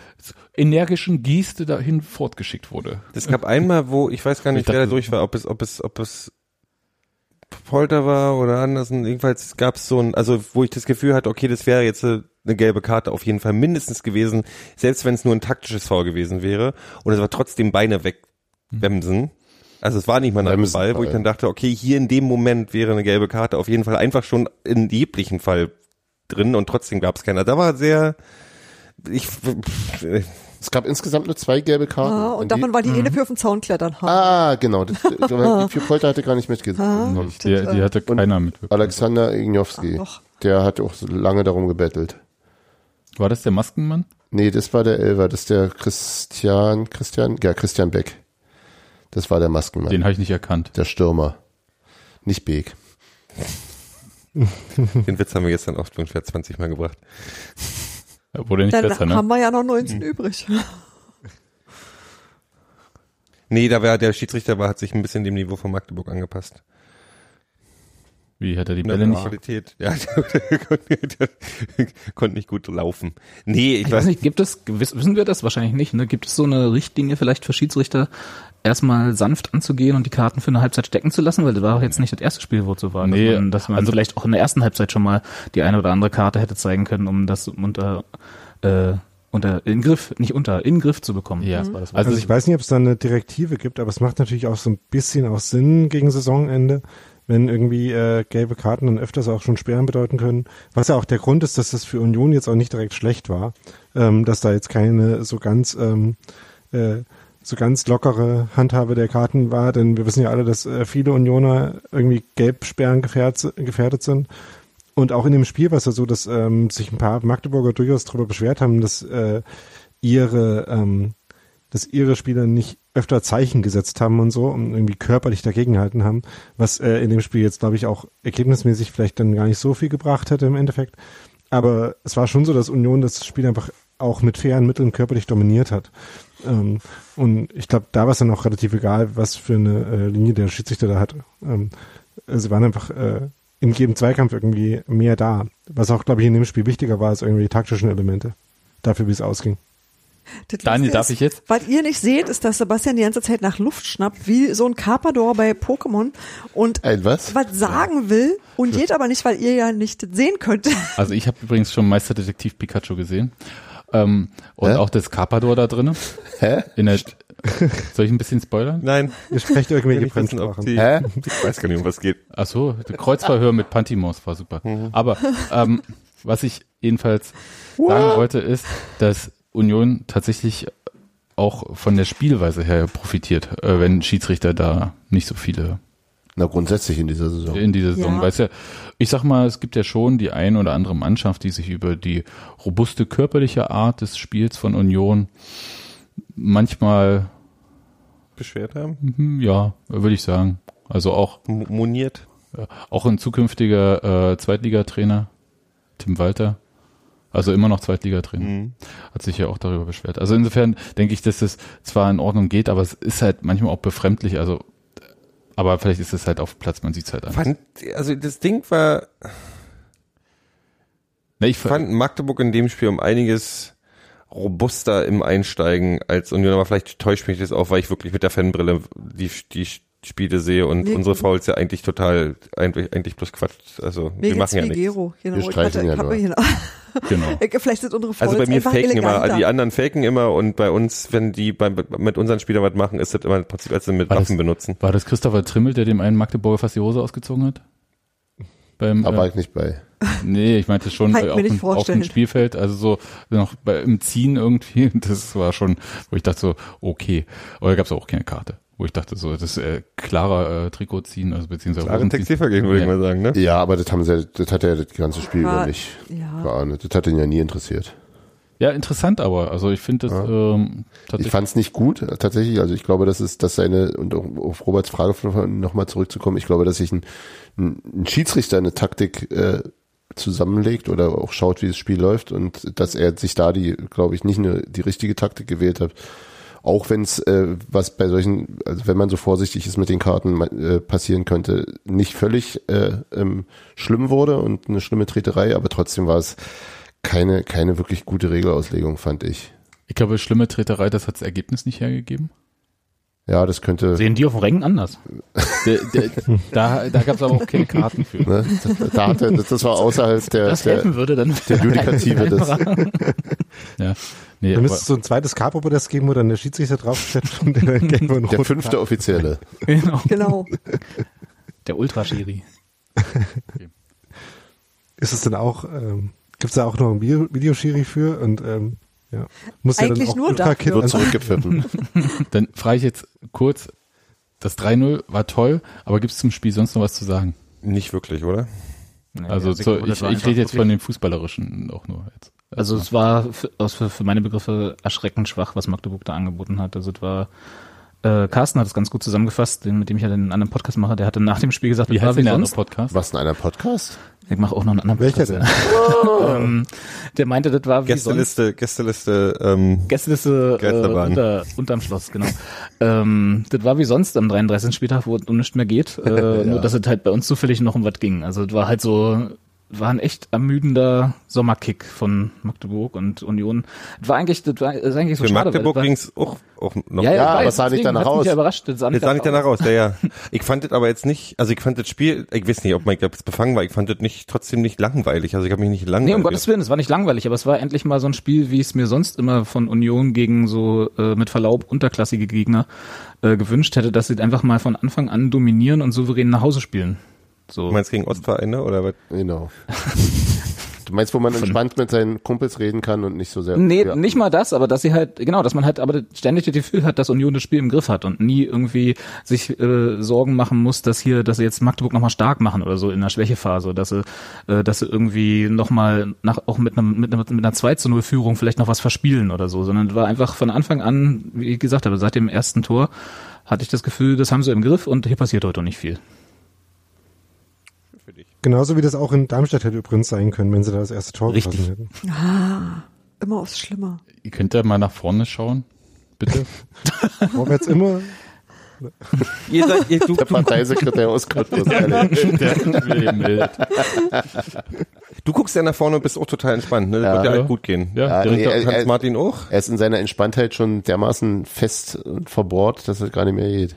energischen Geste dahin fortgeschickt wurde. Es gab einmal, wo, ich weiß gar nicht, Ich dachte- wer da durch war, ob es, ob es, ob es Polter war oder Andersen. Jedenfalls gab es so ein, also wo ich das Gefühl hatte, okay, das wäre jetzt äh, eine gelbe Karte auf jeden Fall mindestens gewesen, selbst wenn es nur ein taktisches Foul gewesen wäre. Und es war trotzdem Beine wegbemsen. Also es war nicht mal ein Bremsen, Fall, wo ich dann dachte, okay, hier in dem Moment wäre eine gelbe Karte auf jeden Fall einfach schon in jeglichen Fall drin und trotzdem gab es keiner. Da war sehr, ich, Es gab insgesamt nur zwei gelbe Karten. Ah, und davon war die Ene für auf den Zaun klettern. Ha. Ah, genau. Das, die für Polter hatte gar nicht Ah. mitgekommen. Die, die hatte keiner mitbekommen. Alexander Ignowski. Doch. Der hat auch so lange darum gebettelt. War das der Maskenmann? Nee, das war der Elver, das ist der Christian, Christian, ja, Christian Beck. Das war der Maskenmann, Den habe ich nicht erkannt. der Stürmer. Nicht Beek. den Witz haben wir gestern auch ungefähr 20 Mal gebracht. Wurde nicht Dann besser, haben ne? wir ja noch 19 übrig. Nee, da war der Schiedsrichter war, hat sich ein bisschen dem Niveau von Magdeburg angepasst. Wie hat er die Ja, Bälle nicht? Qualität. Ja, der, konnte- der, konnte nicht gut laufen. Nee, ich, Ich weiß weiß nicht. nicht, gibt es, gewiss- wissen wir das wahrscheinlich nicht, ne? gibt es so eine Richtlinie vielleicht für Schiedsrichter, erstmal sanft anzugehen und die Karten für eine Halbzeit stecken zu lassen, weil das war auch jetzt nicht das erste Spiel, wo es so war. Nee, dass man, dass man also vielleicht auch in der ersten Halbzeit schon mal die eine oder andere Karte hätte zeigen können, um das unter, äh, unter Ingriff, nicht unter, Ingriff zu bekommen. Ja, Das war das Wort. also Also ich weiß nicht, ob es da eine Direktive gibt, aber es macht natürlich auch so ein bisschen auch Sinn gegen Saisonende, wenn irgendwie äh, gelbe Karten dann öfters auch schon Sperren bedeuten können. Was ja auch der Grund ist, dass das für Union jetzt auch nicht direkt schlecht war, ähm, dass da jetzt keine so ganz ähm, äh, so ganz lockere Handhabe der Karten war, denn wir wissen ja alle, dass äh, viele Unioner irgendwie Gelbsperren gefährd, gefährdet sind. Und auch in dem Spiel war es ja so, dass ähm, sich ein paar Magdeburger durchaus darüber beschwert haben, dass äh, ihre ähm, dass ihre Spieler nicht öfter Zeichen gesetzt haben und so und irgendwie körperlich dagegenhalten haben, was äh, in dem Spiel jetzt, glaube ich, auch ergebnismäßig vielleicht dann gar nicht so viel gebracht hätte im Endeffekt. Aber es war schon so, dass Union das Spiel einfach auch mit fairen Mitteln körperlich dominiert hat. Ähm, und ich glaube, da war es dann auch relativ egal, was für eine äh, Linie der Schiedsrichter da hatte. Ähm, sie waren einfach äh, in jedem Zweikampf irgendwie mehr da, was auch, glaube ich, in dem Spiel wichtiger war als irgendwie die taktischen Elemente, dafür wie es ausging. Das Daniel, Lustige darf ich jetzt? Was ihr nicht seht, ist, dass Sebastian die ganze Zeit nach Luft schnappt, wie so ein Carpador bei Pokémon und Ein was? was sagen will und geht aber nicht, weil ihr ja nicht das sehen könnt. Also ich habe übrigens schon Meisterdetektiv Pikachu gesehen. Ähm, und Hä? auch das Carpador da drinne. Hä? In der, soll ich ein bisschen spoilern? Nein. Ihr Ich sprecht irgendwelche will nicht wissen, ob Fremdsprachen. Hä? die- Ich weiß gar nicht, um was geht. Ach so, der Kreuzverhör mit Pantimos war super. Aber ähm, was ich jedenfalls sagen wollte, ist, dass Union tatsächlich auch von der Spielweise her profitiert, äh, wenn Schiedsrichter da nicht so viele Na, grundsätzlich in dieser Saison. in dieser Saison. Ja. Weißt du, ich sag mal, es gibt ja schon die ein oder andere Mannschaft, die sich über die robuste körperliche Art des Spiels von Union manchmal, Beschwert haben? hm, ja, würde ich sagen. Also auch M- Moniert? Auch ein zukünftiger äh, Zweitligatrainer, Tim Walter, also immer noch Zweitligatrainer, hat sich ja auch darüber beschwert. Also insofern denke ich, dass es zwar in Ordnung geht, aber es ist halt manchmal auch befremdlich, also aber vielleicht ist es halt auf dem Platz, man sieht es halt an. Fand, also das Ding war, Ne, ich fand, fand Magdeburg in dem Spiel um einiges robuster im Einsteigen als Union, aber vielleicht täuscht mich das auch, weil ich wirklich mit der Fanbrille die, die Spiele sehe und Nee. unsere Fouls ja eigentlich total, eigentlich, eigentlich bloß Quatsch. Also Mir wir geht's machen ja wie nichts. Gero. Genau, Wir ich streichen hatte- ja ich hab nur. mir genau. hier- Vielleicht sind unsere Fouls Also bei mir einfach faken immer, eleganter. die anderen faken immer und bei uns, wenn die bei, mit unseren Spielern was machen, ist das immer im Prinzip, als sie mit War das- Waffen benutzen. War das Christopher Trimmel, der dem einen Magdeburger fast die Hose ausgezogen hat? Beim, Da war äh, ich nicht bei. nee, ich meinte schon Kann ich äh, mir auf, nicht dem- auf dem vorstellen. Spielfeld, also so noch bei, im Ziehen irgendwie. Das war schon, wo ich dachte so, okay. Aber da gab es auch keine Karte, wo ich dachte so, das ist äh, klarer äh, Trikot ziehen, also beziehungsweise Klaren Hosen ziehen. Textilvergehen, würde ich mal sagen, ne? Ja, aber das haben sie, das hat er das ganze Spiel Ja. über nicht Ah, Ja. geahndet. Das hat ihn ja nie interessiert. Ja, interessant aber. Also ich finde das ähm, Ich tatsächlich. fand es nicht gut, äh, tatsächlich. Also ich glaube, das ist, dass seine, und auch auf Roberts Frage nochmal zurückzukommen, ich glaube, dass sich ein, ein, ein Schiedsrichter eine Taktik äh, zusammenlegt oder auch schaut, wie das Spiel läuft und dass er sich da die, glaube ich, nicht eine, die richtige Taktik gewählt hat. Auch wenn es, äh, was bei solchen, also wenn man so vorsichtig ist mit den Karten ma- äh, passieren könnte, nicht völlig äh, ähm, schlimm wurde und eine schlimme Treterei, aber trotzdem war es keine, keine wirklich gute Regelauslegung, fand ich. ich glaube, schlimme Treterei, das hat das Ergebnis nicht hergegeben. Ja, das könnte. Sehen die auf dem Rängen anders? Da, da, da gab es aber auch keine Karten für. Ne? Da hatte, das, das war außerhalb der, Das Äh, der, helfen würde dann. der Judikative. Das, Ja. Nee, Da aber, müsste es so ein zweites Carpo-Podest geben, wo dann der Schiedsrichter draufsteht und der dann gelb und der rot fünfte Offizielle. genau. Genau. Der Ultraschiri. ist es denn auch, ähm, gibt es da auch noch ein Vi- Videoschiri für und ähm, ja. Muss ja dann Eigentlich auch nur Ultra Kid- Wird also, zurückgepfiffen. dann frage ich jetzt kurz, das 3-0 war toll, aber gibt es zum Spiel sonst noch was zu sagen? Nicht wirklich, oder? Also zu, genau, ich, ich rede jetzt von dem Fußballerischen auch nur jetzt. Also es war für, aus- für, für meine Begriffe erschreckend schwach, was Magdeburg da angeboten hat. Also es war äh, Carsten hat es ganz gut zusammengefasst, den, mit dem ich ja den anderen Podcast mache. Der hatte nach dem Spiel gesagt, Wie das war heißt wie denn der andere sonst. Podcast? Was in einer Podcast? Ich mache auch noch einen anderen welcher Podcast. denn? Ähm, der meinte, das war wie sonst. Gästeliste, Gästeliste, ähm, Gästeliste äh, Geisterbahn. unter, unterm Schloss, genau. ähm, das war wie sonst am 33. Spieltag, wo es um nichts mehr geht. Äh, Nur, dass es halt bei uns zufällig noch um was ging. Also es war halt so, war ein echt ermüdender Sommerkick von Magdeburg und Union. Es war eigentlich, das war, das ist eigentlich so für schade. weil Magdeburg das war- ging's auch, auch noch. ja, ja, aber ich es sah nicht deswegen danach hat's mich aus. Ja überrascht, das sah Jetzt sah nicht danach aus. aus, ja, ja. Ich fand das aber jetzt nicht, also ich fand das Spiel, ich weiß nicht, ob Mike jetzt befangen war, ich fand das nicht, trotzdem nicht langweilig, also ich habe mich nicht langweilig. Nee, um Gottes Willen, es war nicht langweilig, aber es war endlich mal so ein Spiel, wie ich es mir sonst immer von Union gegen so äh, mit Verlaub unterklassige Gegner äh, gewünscht hätte, dass sie einfach mal von Anfang an dominieren und souverän nach Hause spielen. So, Du meinst gegen Ostvereine oder was? Genau. Du meinst, wo man entspannt mit seinen Kumpels reden kann und nicht so sehr. Nee, ja. nicht mal das, aber dass sie halt, genau, dass man halt aber ständig das Gefühl hat, dass Union das Spiel im Griff hat und nie irgendwie sich äh, Sorgen machen muss, dass hier, dass sie jetzt Magdeburg nochmal stark machen oder so in der Schwächephase, dass sie, äh, dass sie irgendwie nochmal nach, auch mit, einem, mit, einem, mit einer 2 zu 0 Führung vielleicht noch was verspielen oder so, sondern es war einfach von Anfang an, wie ich gesagt habe, seit dem ersten Tor hatte ich das Gefühl, das haben sie im Griff und hier passiert heute nicht viel. für dich. Genauso wie das auch in Darmstadt hätte übrigens sein können, wenn sie da das erste Tor Richtig. geschossen hätten. Ah, immer aufs Schlimmer. Ihr könnt ja mal nach vorne schauen, bitte. Vorwärts immer. Ihr seid, ihr, du, Der Parteisekretär auskommt. Das du guckst ja nach vorne und bist auch total entspannt. Ne? Das wird ja halt gut gehen. Ja, Ja, direkt nee, äh, Direkt Hans äh, Martin auch. er ist in seiner Entspanntheit schon dermaßen fest und verbohrt, dass es gar nicht mehr geht.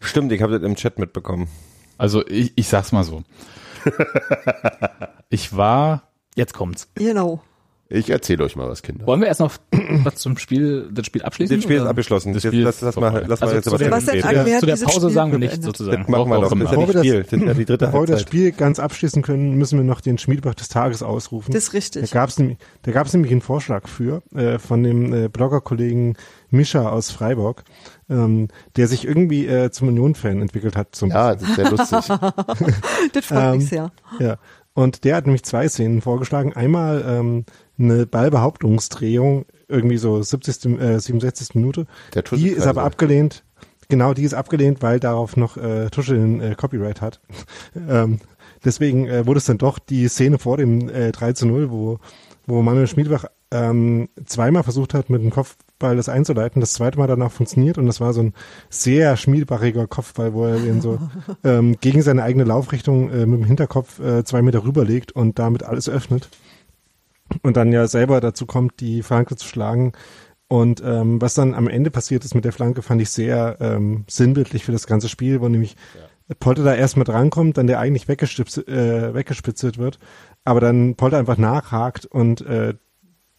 Stimmt, ich habe das im Chat mitbekommen. Also ich, ich sag's mal so. Ich war, Jetzt kommt's. Genau. Ich erzähle euch mal was, Kinder. Wollen wir erst noch was zum Spiel, das Spiel abschließen? Das Spiel ist oder? abgeschlossen. Das Jetzt Spiel lass, ist lass mal, vorbei. lass mal Also jetzt zu was der- Sebastian reden. Agner- Wer Zu hat der dieses Pause Spiel sagen wir nichts beendet? sozusagen. Machen wir Braucht doch. Das ist ja offenbar. nicht viel. Das ist ja die dritte Bevor wir das Halbzeit. Spiel ganz abschließen können, müssen wir noch den Schmiedbach des Tages ausrufen. Das ist richtig. Da gab es nämlich, da gab's nämlich einen Vorschlag für äh, von dem äh, Bloggerkollegen Mischa aus Freiburg, ähm, der sich irgendwie äh, zum Union-Fan entwickelt hat. Zum, Ja, das ist sehr lustig. Das freut mich Ähm, sehr. ja. Und der hat nämlich zwei Szenen vorgeschlagen. Einmal ähm, eine Ballbehauptungsdrehung, irgendwie so 70. Äh, 67. Minute. Der Tuschel- die ist aber also- abgelehnt. Genau, die ist abgelehnt, weil darauf noch äh, Tuschel ein äh, Copyright hat. ähm, deswegen äh, wurde es dann doch die Szene vor dem äh, 3 zu 0, wo, wo Manuel Schmiedbach ähm, zweimal versucht hat, mit dem Kopfball das einzuleiten. Das zweite Mal danach funktioniert und das war so ein sehr schmiedbachiger Kopfball, wo er den so ähm, gegen seine eigene Laufrichtung äh, mit dem Hinterkopf äh, zwei Meter rüberlegt und damit alles öffnet und dann ja selber dazu kommt, die Flanke zu schlagen. Und ähm, was dann am Ende passiert ist mit der Flanke, fand ich sehr ähm, sinnbildlich für das ganze Spiel, wo nämlich Polter da erstmal drankommt, dann der eigentlich weggestipst- äh, weggespitzelt wird, aber dann Polter einfach nachhakt und äh,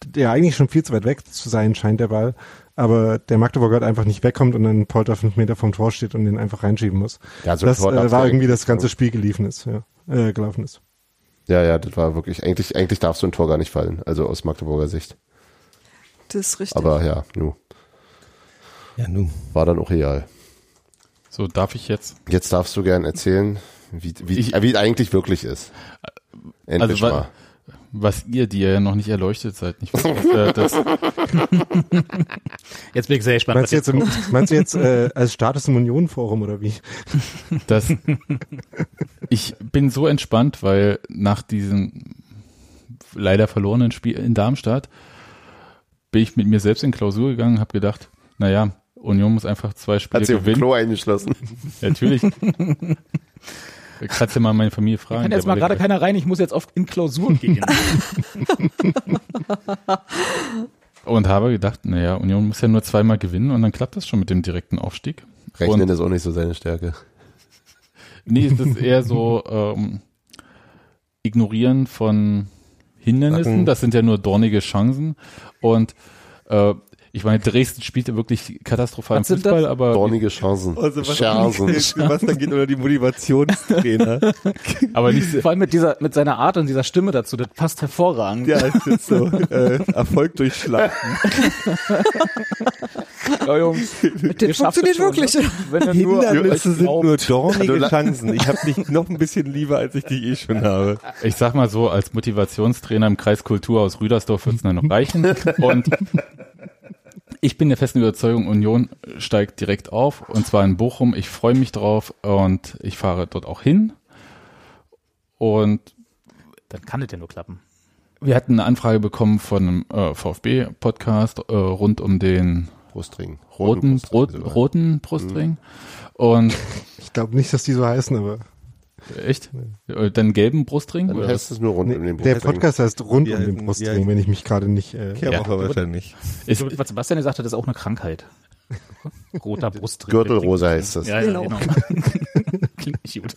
der eigentlich schon viel zu weit weg zu sein scheint, der Ball, aber der Magdeburger halt einfach nicht wegkommt und dann Polter fünf Meter vom Tor steht und den einfach reinschieben muss. Ja, so ein das Tor darfst äh, du war irgendwie eigentlich das ganze nicht Spiel geliefen ist, ja, äh, gelaufen ist. Ja, ja, das war wirklich, eigentlich, eigentlich darf so ein Tor gar nicht fallen, also aus Magdeburger Sicht. Das ist richtig. Aber ja, nu, Ja, nun. war dann auch real. so darf ich jetzt. Jetzt darfst du gern erzählen, wie, wie, Ich- äh, wie es eigentlich wirklich ist. Endlich Also wa- mal. was ihr, die ihr ja noch nicht erleuchtet seid, nicht äh, das, Jetzt bin ich sehr gespannt. Meinst du jetzt, im, meinst du jetzt äh, als Status im Union-Forum oder wie? das ich bin so entspannt, weil nach diesem leider verlorenen Spiel in Darmstadt bin ich mit mir selbst in Klausur gegangen, habe gedacht, naja, Union muss einfach zwei Spiele Hat sie auf dem gewinnen. Klo eingeschlossen. Natürlich. Kannst du mal meine Familie fragen. kann jetzt der mal wurde gerade gleich- keiner rein, ich muss jetzt oft in Klausuren gehen. und habe gedacht, naja, Union muss ja nur zweimal gewinnen und dann klappt das schon mit dem direkten Aufstieg. Rechnen und, Also ist auch nicht so seine Stärke. nee, es ist eher so ähm, Ignorieren von Hindernissen. Sachen. Das sind ja nur dornige Chancen. Und äh, ich meine, Dresden spielte wirklich katastrophalen Was sind Fußball, das? aber Dornige Chancen. Also Also, Chancen. Was dann geht oder die Motivationstrainer. aber nicht Vor allem mit dieser, mit seiner Art und dieser Stimme dazu, das passt hervorragend. Ja, ist jetzt so. Äh, Erfolg durch Schlachten. Ja, Jungs, das funktioniert wirklich. ne? Wenn ihr nur Hindernisse sind nur dornige Also, Chancen. Ich habe dich noch ein bisschen lieber, als ich dich eh schon habe. Ich sag mal so, als Motivationstrainer im Kreis Kultur aus Rüdersdorf wird's dann noch reichen. Und ich bin der festen Überzeugung, Union steigt direkt auf und zwar in Bochum. Ich freue mich drauf und ich fahre dort auch hin. Und dann kann das ja nur klappen. wir hatten eine Anfrage bekommen von einem äh, VfB-Podcast äh, rund um den Brustring. roten, rot, Brustring Mhm. sogar. roten Brustring. Und Ich glaube nicht, dass die so heißen, aber echt? Äh, Dann gelben Brustring? Dann oder was? heißt es nur rund nee, um den der Brustring. Podcast heißt rund Ja, um den ja, Brustring, ja. wenn ich mich gerade nicht. Äh, Ja, aber wahrscheinlich. Ist, So, was Sebastian gesagt hat, ist auch eine Krankheit. Roter Brustring. Gürtelrose heißt das. Ja, ja, Genau. genau. Klingt nicht gut.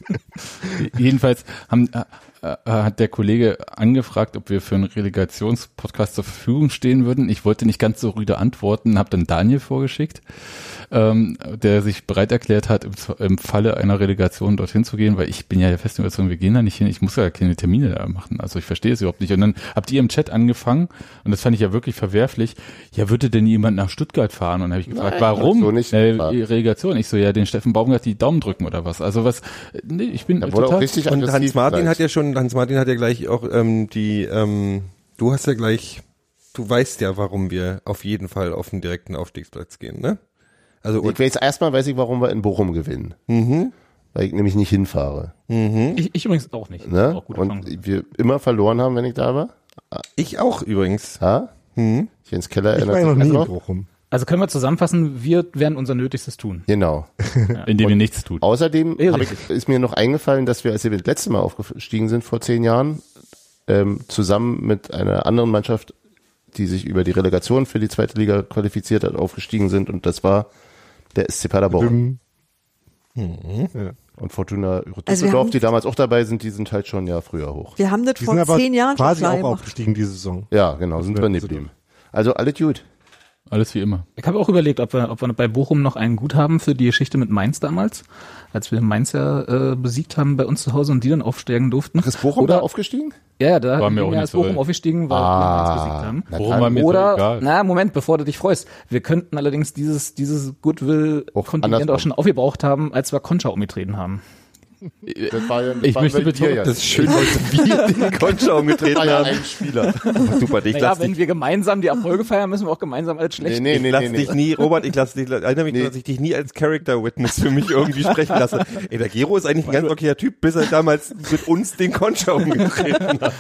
Jedenfalls haben, äh, äh, hat der Kollege angefragt, ob wir für einen Relegationspodcast zur Verfügung stehen würden. Ich wollte nicht ganz so rüde antworten, habe dann Daniel vorgeschickt, ähm, der sich bereit erklärt hat, im, Z- im Falle einer Relegation dorthin zu gehen, weil ich bin ja der festen Überzeugung, wir gehen da nicht hin. Ich muss ja keine Termine da machen. Also ich verstehe es überhaupt nicht. Und dann habt ihr im Chat angefangen und das fand ich ja wirklich verwerflich. Ja, würde denn jemand nach Stuttgart fahren? Und dann habe ich gefragt, warum? so nicht. Äh, Relegation. Ich so, ja, den Steffen Baumgart die Daumen drücken oder was? Also was, nee, ich bin Da wurde auch richtig Und aggressiv. Hans Martin gleich. hat ja schon, Hans Martin hat ja gleich auch ähm, die, ähm, du hast ja gleich, du weißt ja, warum wir auf jeden Fall auf den direkten Aufstiegsplatz gehen, ne? Also ich weiß, erstmal weiß ich, warum wir in Bochum gewinnen. Mhm. Weil ich nämlich nicht hinfahre. Ich, ich übrigens auch nicht. Ne? Auch gute Chancen. Und wir immer verloren haben, wenn ich da war. ich auch übrigens. Ha? Jens Keller Mhm. Ich war ja noch erinnert nie sich in auch noch. Bochum. Also können wir zusammenfassen, wir werden unser Nötigstes tun. Genau. indem ihr nichts tut. Außerdem Ja, hab richtig. ich, ist mir noch eingefallen, dass wir, als wir das letzte Mal aufgestiegen sind vor zehn Jahren, ähm, zusammen mit einer anderen Mannschaft, die sich über die Relegation für die zweite Liga qualifiziert hat, aufgestiegen sind. Und das war der SC Paderborn Mhm. Düm. Ja. und Fortuna Also wir Düsseldorf, haben- die damals auch dabei sind, die sind halt schon ja früher hoch. Wir haben das Die sind vor aber zehn Jahren schon quasi klar auch gemacht. aufgestiegen diese Saison. Ja, genau, sind Ja, wir neben Düsseldorf. dem. Also alle gut. Alles wie immer. Ich habe auch überlegt, ob wir, ob wir bei Bochum noch einen gut haben für die Geschichte mit Mainz damals, als wir Mainz ja äh, besiegt haben bei uns zu Hause und die dann aufsteigen durften. Ist Bochum Oder- da aufgestiegen? Ja, ja, da War waren mir wir auch auch nicht als so, Bochum ey. aufgestiegen, weil wir Mainz besiegt haben. na Worum klar. war mir so Oder, egal. na, Moment, bevor du dich freust. Wir könnten allerdings dieses, dieses Goodwill-Kontingent andersrum. auch schon aufgebraucht haben, als wir Concha umgetreten haben. Das war ja- das Ich war möchte bei dir betonen, ja. Das ist schön, dass wir den Konter umgetreten war ja haben. ein Spieler. Super, ich Naja, lass wenn dich, wir gemeinsam die Erfolge feiern, müssen wir auch gemeinsam alles Nee, schlecht. nee, ich nee, lass nee, nee. dich nie, Robert, ich lass dich, erinnere mich, Nee. dass ich dich nie als Character Witness für mich irgendwie sprechen lasse. Ey, der Gero ist eigentlich ein ganz okayer Typ, bis er damals mit uns den Konter umgetreten hat.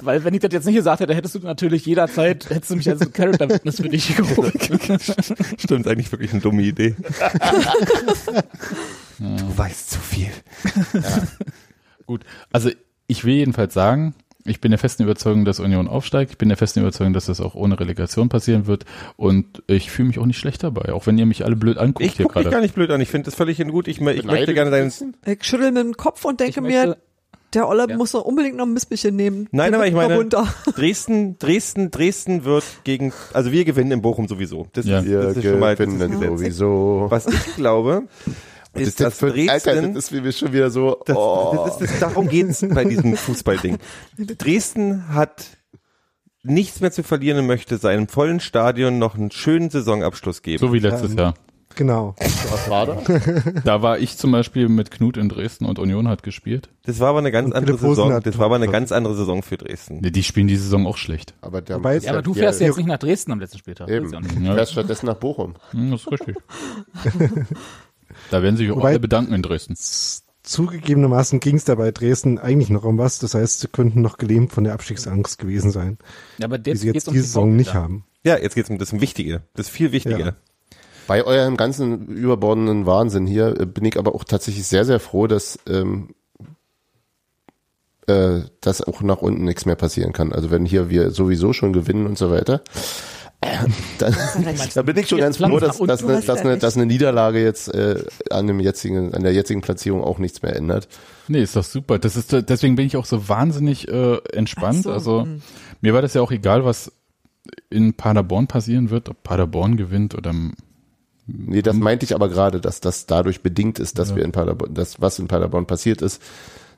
Weil wenn ich das jetzt nicht gesagt hätte, hättest du natürlich jederzeit, hättest du mich als Character Witness für dich geholt. Stimmt, eigentlich wirklich eine dumme Idee. Du weißt zu viel. Gut, also ich will jedenfalls sagen, ich bin der festen Überzeugung, dass Union aufsteigt. Ich bin der festen Überzeugung, dass das auch ohne Relegation passieren wird. Und ich fühle mich auch nicht schlecht dabei, auch wenn ihr mich alle blöd anguckt Ich hier gucke dich gar gerade. nicht blöd an. Ich finde das völlig in gut. Ich, mö- ich Beneide möchte gerne dich deinen. Ich schüttel mit dem Kopf und denke Ich möchte- mir, der Olle Ja. muss doch unbedingt noch ein Mispelchen nehmen. Nein, Der aber wird ich immer meine, Runter. Dresden, Dresden, Dresden wird gegen. Also wir gewinnen in Bochum sowieso. Das Ja. ist, Wir das ist schon mal das ist gewinnen gesetzt. sowieso. Was ich glaube, ist, dass für- Dresden. Alter, das ist mir schon wieder so. Das, oh. das ist, das, darum geht's bei diesem Fußballding. Dresden hat nichts mehr zu verlieren und möchte seinem vollen Stadion noch einen schönen Saisonabschluss geben. So wie letztes Jahr. Genau. Da war ich zum Beispiel mit Knut in Dresden und Union hat gespielt. Das war aber eine ganz Und andere Philipp Rosen Saison. hat- Das war aber eine ganz andere Saison für Dresden. Nee, die spielen die Saison auch schlecht. aber der Wobei es- Ja, aber du fährst ja, jetzt nicht nach Dresden am letzten Spieltag. Eben. Weiß ich auch Ich nicht. Ja. fährst stattdessen nach Bochum. Hm, Das ist richtig. Da werden sich auch Wobei- alle bedanken in Dresden. Zugegebenermaßen ging es dabei Dresden eigentlich noch um was. Das heißt, sie könnten noch gelähmt von der Abstiegsangst gewesen sein, Ja, aber die jetzt sie jetzt geht's um diese Saison nicht Vorbilder. haben. Ja, jetzt geht's um das Wichtige. Das viel Wichtiger. Ja. Bei eurem ganzen überbordenden Wahnsinn hier äh, bin ich aber auch tatsächlich sehr, sehr froh, dass, ähm, äh, dass auch nach unten nichts mehr passieren kann. Also wenn hier wir sowieso schon gewinnen und so weiter, äh, dann, da bin ich schon ganz Jetzt froh, langsam dass, dass, nach unten. eine, dass, eine, Rechtfertigt. dass eine Niederlage jetzt äh, an, dem jetzigen, an der jetzigen Platzierung auch nichts mehr ändert. Nee, ist doch super. Das ist, deswegen bin ich auch so wahnsinnig äh, entspannt. Ach so, Also mir war das ja auch egal, was in Paderborn passieren wird, ob Paderborn gewinnt oder Nee, Mhm. das meinte ich aber gerade, dass das dadurch bedingt ist, dass wir in Paderborn, das, was in Paderborn passiert ist,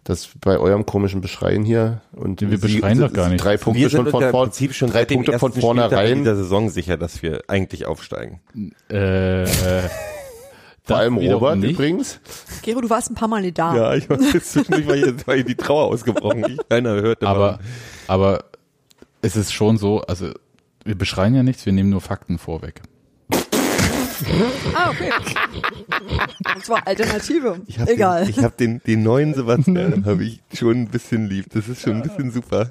dass bei eurem komischen Beschreien hier und Wir beschreien doch gar nicht. drei Punkte Wir sind schon uns von ja im vorn, Prinzip schon drei seit dem Punkte von ersten Spieltag in vornherein. dieser Saison sicher, dass wir eigentlich aufsteigen. äh, äh, Vor allem das wiederum Robert nicht. übrigens. Gero, du warst ein paar Mal nicht da. Ja, ich war jetzt zwischendurch war hier war hier die Trauer ausgebrochen. Ich, keiner hörte. Aber, aber es ist schon so, also wir beschreien ja nichts, wir nehmen nur Fakten vorweg. Ah, okay. Und zwar Alternative. Ich hab Egal. Den, ich habe den, den neuen Sebastian habe ich schon ein bisschen lieb. Das ist schon ein bisschen super.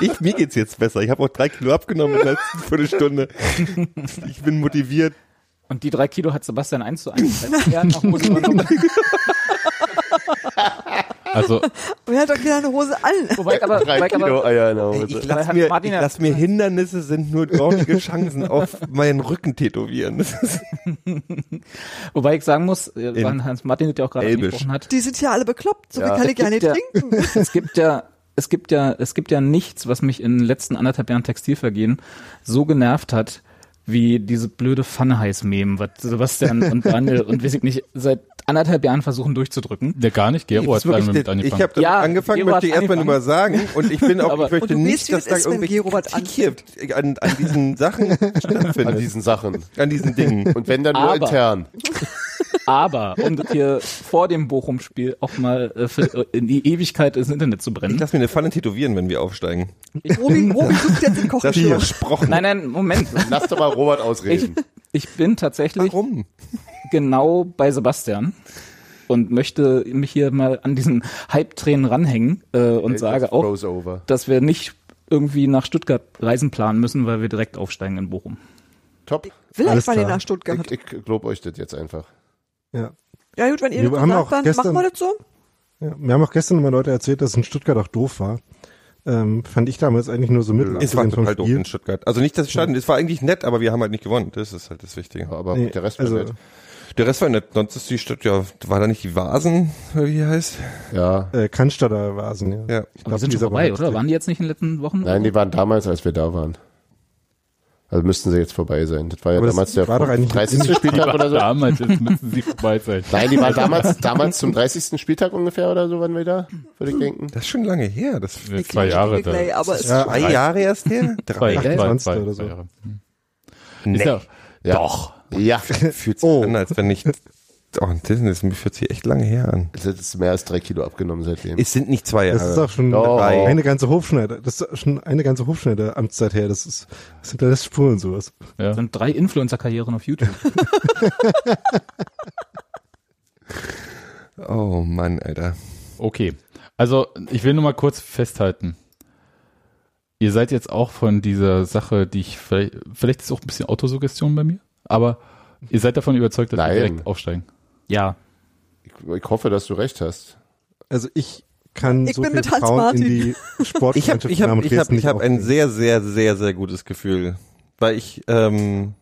Ich, mir geht's jetzt besser. Ich habe auch drei Kilo abgenommen in der letzten Viertelstunde. Ich bin motiviert. Und die drei Kilo hat Sebastian eins zu eins. Das heißt, er hat noch Muskeln. Also, Und er hat doch wieder eine Hose an. Wobei, aber, Drei wobei, Kilo aber Eier in der Hose. Ich Weil Also, lass hat mir, ich Martin ja- lass mir Hindernisse sind nur dornige Chancen auf meinen Rücken tätowieren. Das ist wobei ich sagen muss, äh, In weil Hans Martin das ja auch gerade Elbisch. angesprochen hat, Die sind ja alle bekloppt, so Ja. viel kann ich ja nicht Ja. trinken. es gibt ja, es gibt ja, es gibt ja nichts, was mich in den letzten anderthalb Jahren Textilvergehen so genervt hat, wie diese blöde Pfanne-Heiß-Meme, was Sebastian und Daniel und weiß ich nicht, seit anderthalb Jahren versuchen durchzudrücken. der gar nicht, Gero hat wirklich damit der- angefangen. Ich habe damit Ja, angefangen, Gero möchte ich hat erstmal nur mal sagen. Und ich bin auch, Aber- ich Und möchte du nicht, weißt, wie dass das da ist, wenn irgendwelche Gero was Kritik gibt an, an diesen Sachen An stattfindet. diesen Sachen. An diesen Dingen. Und wenn dann nur Aber- intern. Aber, um das hier vor dem Bochum-Spiel auch mal äh, für, äh, in die Ewigkeit ins Internet zu Ich brennen. lass mir eine Pfanne tätowieren, wenn wir aufsteigen. Robi, Robi sucht jetzt den Das ist Kochgeschirr. versprochen. Nein, nein, Moment. Lass doch mal Robert Ich, ausreden. ich bin tatsächlich Warum? genau bei Sebastian und möchte mich hier mal an diesen Hype-Tränen ranhängen äh, und sage auch, Rose over. dass wir nicht irgendwie nach Stuttgart Reisen planen müssen, weil wir direkt aufsteigen in Bochum. Top. Vielleicht Alles mal den klar. nach Stuttgart. Ich, ich lob euch das jetzt einfach. Ja. ja gut, wenn ihr Wir das so haben auch sagt, dann machen gestern- wir das so. ja. Wir haben auch gestern nochmal Leute erzählt, dass in Stuttgart auch doof war. Ähm, fand ich damals eigentlich nur so mittel. Es war abgesehen vom total doof Spiel. in Stuttgart. Also nicht, dass es stand, es war eigentlich nett, aber wir haben halt nicht gewonnen. Das ist halt das Wichtige. Ja, Aber Nee, der Rest also- wird nett. Der Rest war nett. Sonst ist die Stadt, ja, war da nicht die Vasen, oder wie die heißt? Ja. Äh, Cannstatter Vasen, ja. Ja. Aber die sind schon dieser vorbei, war oder? Waren die jetzt nicht in den letzten Wochen? Nein, die waren damals, als wir da waren. Also müssten sie jetzt vorbei sein. Das war ja Aber das damals der war doch eigentlich- 30. Spieltag oder so. damals, jetzt müssen sie vorbei sein. Nein, die waren damals, damals zum 30. Spieltag ungefähr oder so waren wir da, würde ich denken. Das ist schon lange her. Das ist Jetzt zwei Jahre. Da. Gleich, aber es Ja, drei Jahre erst her? Zwei, Drei. zwei, zwei, 21. zwei, oder so. Jahre. Nee. Ist ja, Ja. Doch. Ja, Fühlt sich Oh. an, als wenn ich. Oh, das ist, mir fühlt sich echt lange her an. das ist mehr als drei Kilo abgenommen seitdem. Es sind nicht zwei Jahre. Das ist auch schon Oh. eine ganze Hofschneider. Das ist schon eine ganze Hofschneider Amtszeit her. Das ist, das hinterlässt Spuren sowas. Ja. Das sind drei Influencer-Karrieren auf YouTube. oh Mann, Alter. Okay. Also, ich will nur mal kurz festhalten. Ihr seid jetzt auch von dieser Sache, die ich vielleicht, vielleicht ist auch ein bisschen Autosuggestion bei mir, aber ihr seid davon überzeugt, dass Nein. wir direkt aufsteigen. ja. Ich, ich hoffe, dass du recht hast. Also ich kann Ich so bin viel mit Hans Vertrauen Martin. in die Ich habe Sportmannschaft ich hab, ich hab, ich hab ein einen sehr, sehr, sehr, sehr gutes Gefühl. Weil ich, ähm,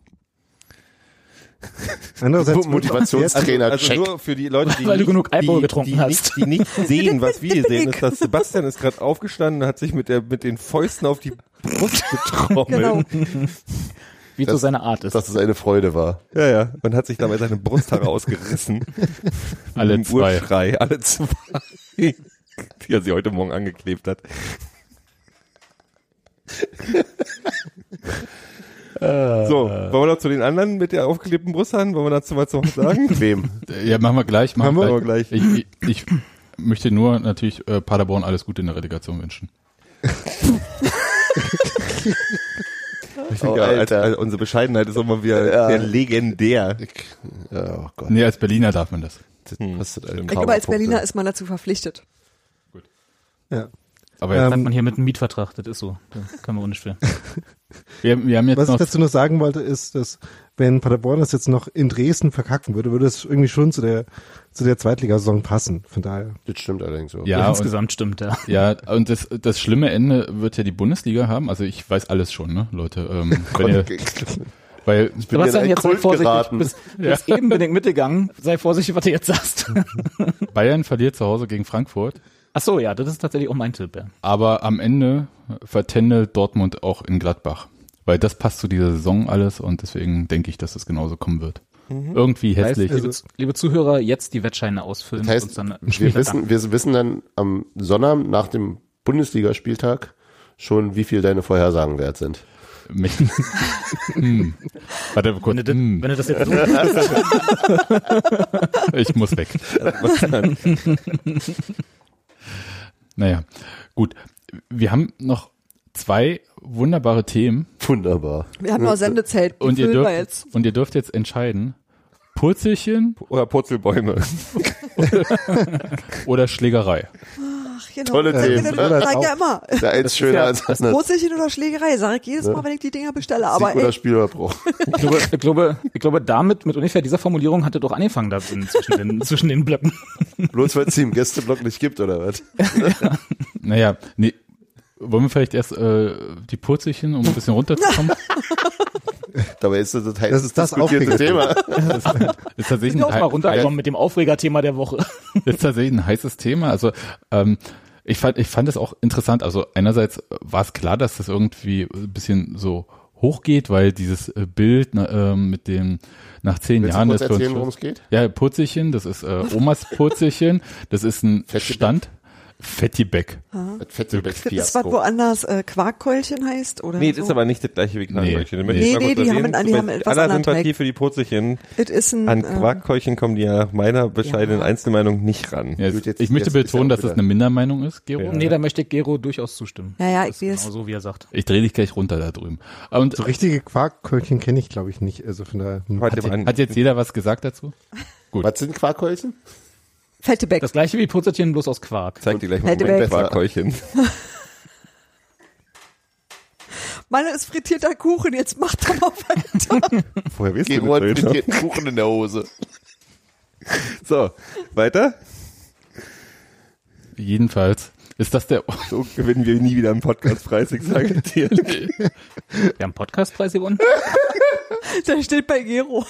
andererseits Motivationstrainer, also check. nur für die Leute, die Weil du nicht- genug Alkohol die, getrunken die hast. Nicht, die nicht sehen, was wir hier sehen, ist, dass Sebastian ist gerade aufgestanden und hat sich mit, der, mit den Fäusten auf die Brust getrommelt. Genau. Wie so seine Art ist. dass es eine Freude war. Ja, ja. Und hat sich dabei seine Brusthaare ausgerissen. Alle Im zwei. Urschrei, alle zwei. Die er sie heute Morgen angeklebt hat. so, wollen wir noch zu den anderen mit der aufgeklebten Brusthaaren? Wollen wir dazu was noch sagen? Wem? Ja, machen wir gleich. Machen, Machen wir gleich. Ich, ich, ich möchte nur natürlich äh, Paderborn alles Gute in der Relegation wünschen. Ich Oh, denke, als, Alter. als unsere Bescheidenheit ist auch mal wieder Ja. sehr legendär. Ich, ja, oh Gott, Nee, als Berliner darf man das. das kostet einen Ich glaube, als Berliner ist man dazu verpflichtet. ja. Aber jetzt, Hat man hier mit einem Mietvertrag, das ist so. Da können wir auch nicht für. wir, wir haben jetzt Was ich noch dazu noch sagen wollte, ist, dass wenn Paderborn das jetzt noch in Dresden verkacken würde, würde es irgendwie schon zu der, zu der Zweitligasaison passen. Von daher. Das stimmt allerdings so. Ja, und, Insgesamt stimmt, ja. ja, und das, das schlimme Ende wird ja die Bundesliga haben. Also ich weiß alles schon, ne, Leute. Ähm, wenn ihr, weil bin in einen Kult geraten. Bis, bis eben bin ich mitgegangen. Sei vorsichtig, was du jetzt sagst. Bayern verliert zu Hause gegen Frankfurt, Ach so, ja, das ist tatsächlich auch mein Tipp, ja. aber am Ende vertändelt Dortmund auch in Gladbach. Weil das passt zu dieser Saison alles und deswegen denke ich, dass es genauso kommen wird. Mhm. Irgendwie hässlich. Heißt, liebe, Z- liebe Zuhörer, jetzt die Wettscheine ausfüllen Das und heißt, dann wir wissen, wir wissen dann am Sonnabend nach dem Bundesligaspieltag schon, wie viel deine Vorhersagen wert sind. Mich- Hm. Warte mal Wenn kurz. du, das, Hm. wenn du das jetzt so Ich muss weg. naja, gut. Wir haben noch zwei wunderbare Themen Wunderbar. Wir haben noch Sendezelt, die und ihr, füllen wir dürft, jetzt. und ihr dürft jetzt entscheiden, Purzelchen Oder Purzelbäume. oder Schlägerei. Ach, genau. Tolle Sag Themen, mir ne? das, sag ich ja immer. Der eins schöner als das andere. Brotzelchen oder Schlägerei, sag ich jedes Mal, wenn ich die Dinger bestelle. Aber Sieg oder ey, Spiel oder Bruch. Ich glaube, ich glaube, ich glaube damit, mit ungefähr dieser Formulierung hat er doch angefangen da in- zwischen den, zwischen den Blöcken. Bloß weil es sie im Gästeblock nicht gibt, oder was? Naja, nee. Wollen wir vielleicht erst äh, die Purzelchen, um ein bisschen runterzukommen? Dabei ist das das Das ist heißeste das diskutierte Thema. Ist tatsächlich Ich auch Halt- ein, mal hei- runtergekommen mit dem Aufregerthema der Woche. Das ist tatsächlich ein heißes Thema. Also ähm, ich fand, ich fand es auch interessant. Also einerseits war es klar, dass das irgendwie ein bisschen so hochgeht, weil dieses äh, Bild na, ähm, mit dem nach zehn Willst du Jahren kurz das für uns- erzählen, worum es geht? Ja, Purzelchen, das ist äh, Omas Purzelchen, das ist ein Fettibäck. Ah, Stand. Fettibäck. Das fette ist was Fiasko. woanders äh, Quarkkeulchen heißt? Oder Nee, so? das ist aber nicht das gleiche wie Knallbrötchen. Nee. Nee, nee, die haben- die haben etwas Aller anderen Sympathie Dreck. für die Purzelchen. Es ist ein, An ähm, Quarkkeulchen kommen die ja nach meiner bescheidenen Ja. Einzelmeinung nicht ran. Ja, Gut, jetzt- ich möchte jetzt ist betonen, ja auch dass das wieder- eine Mindermeinung ist, Gero. Ja. Nee, da möchte ich Gero durchaus zustimmen. Ja, ja, ich Das sehe ist es. genau so, wie er sagt. Ich drehe dich gleich runter da drüben. Und So richtige Quarkköllchen kenne ich, glaube ich, nicht. Also von daher. hm. Heute mal an. hat jetzt jeder was gesagt dazu? Was sind Quarkhäuschen? Fettebäck. Das gleiche wie Purzelchen, bloß aus Quark. Zeig dir gleich mal Hätte mein weg. Quarkkeulchen. Meine ist frittierter Kuchen, jetzt macht doch mal weiter. Woher weißt Gero hat das, Alter? frittierten Kuchen in der Hose. So, weiter. Jedenfalls ist das der So gewinnen wir nie wieder einen Podcastpreis, ich sage dir. Wir haben Podcastpreis gewonnen. Der steht bei Gero.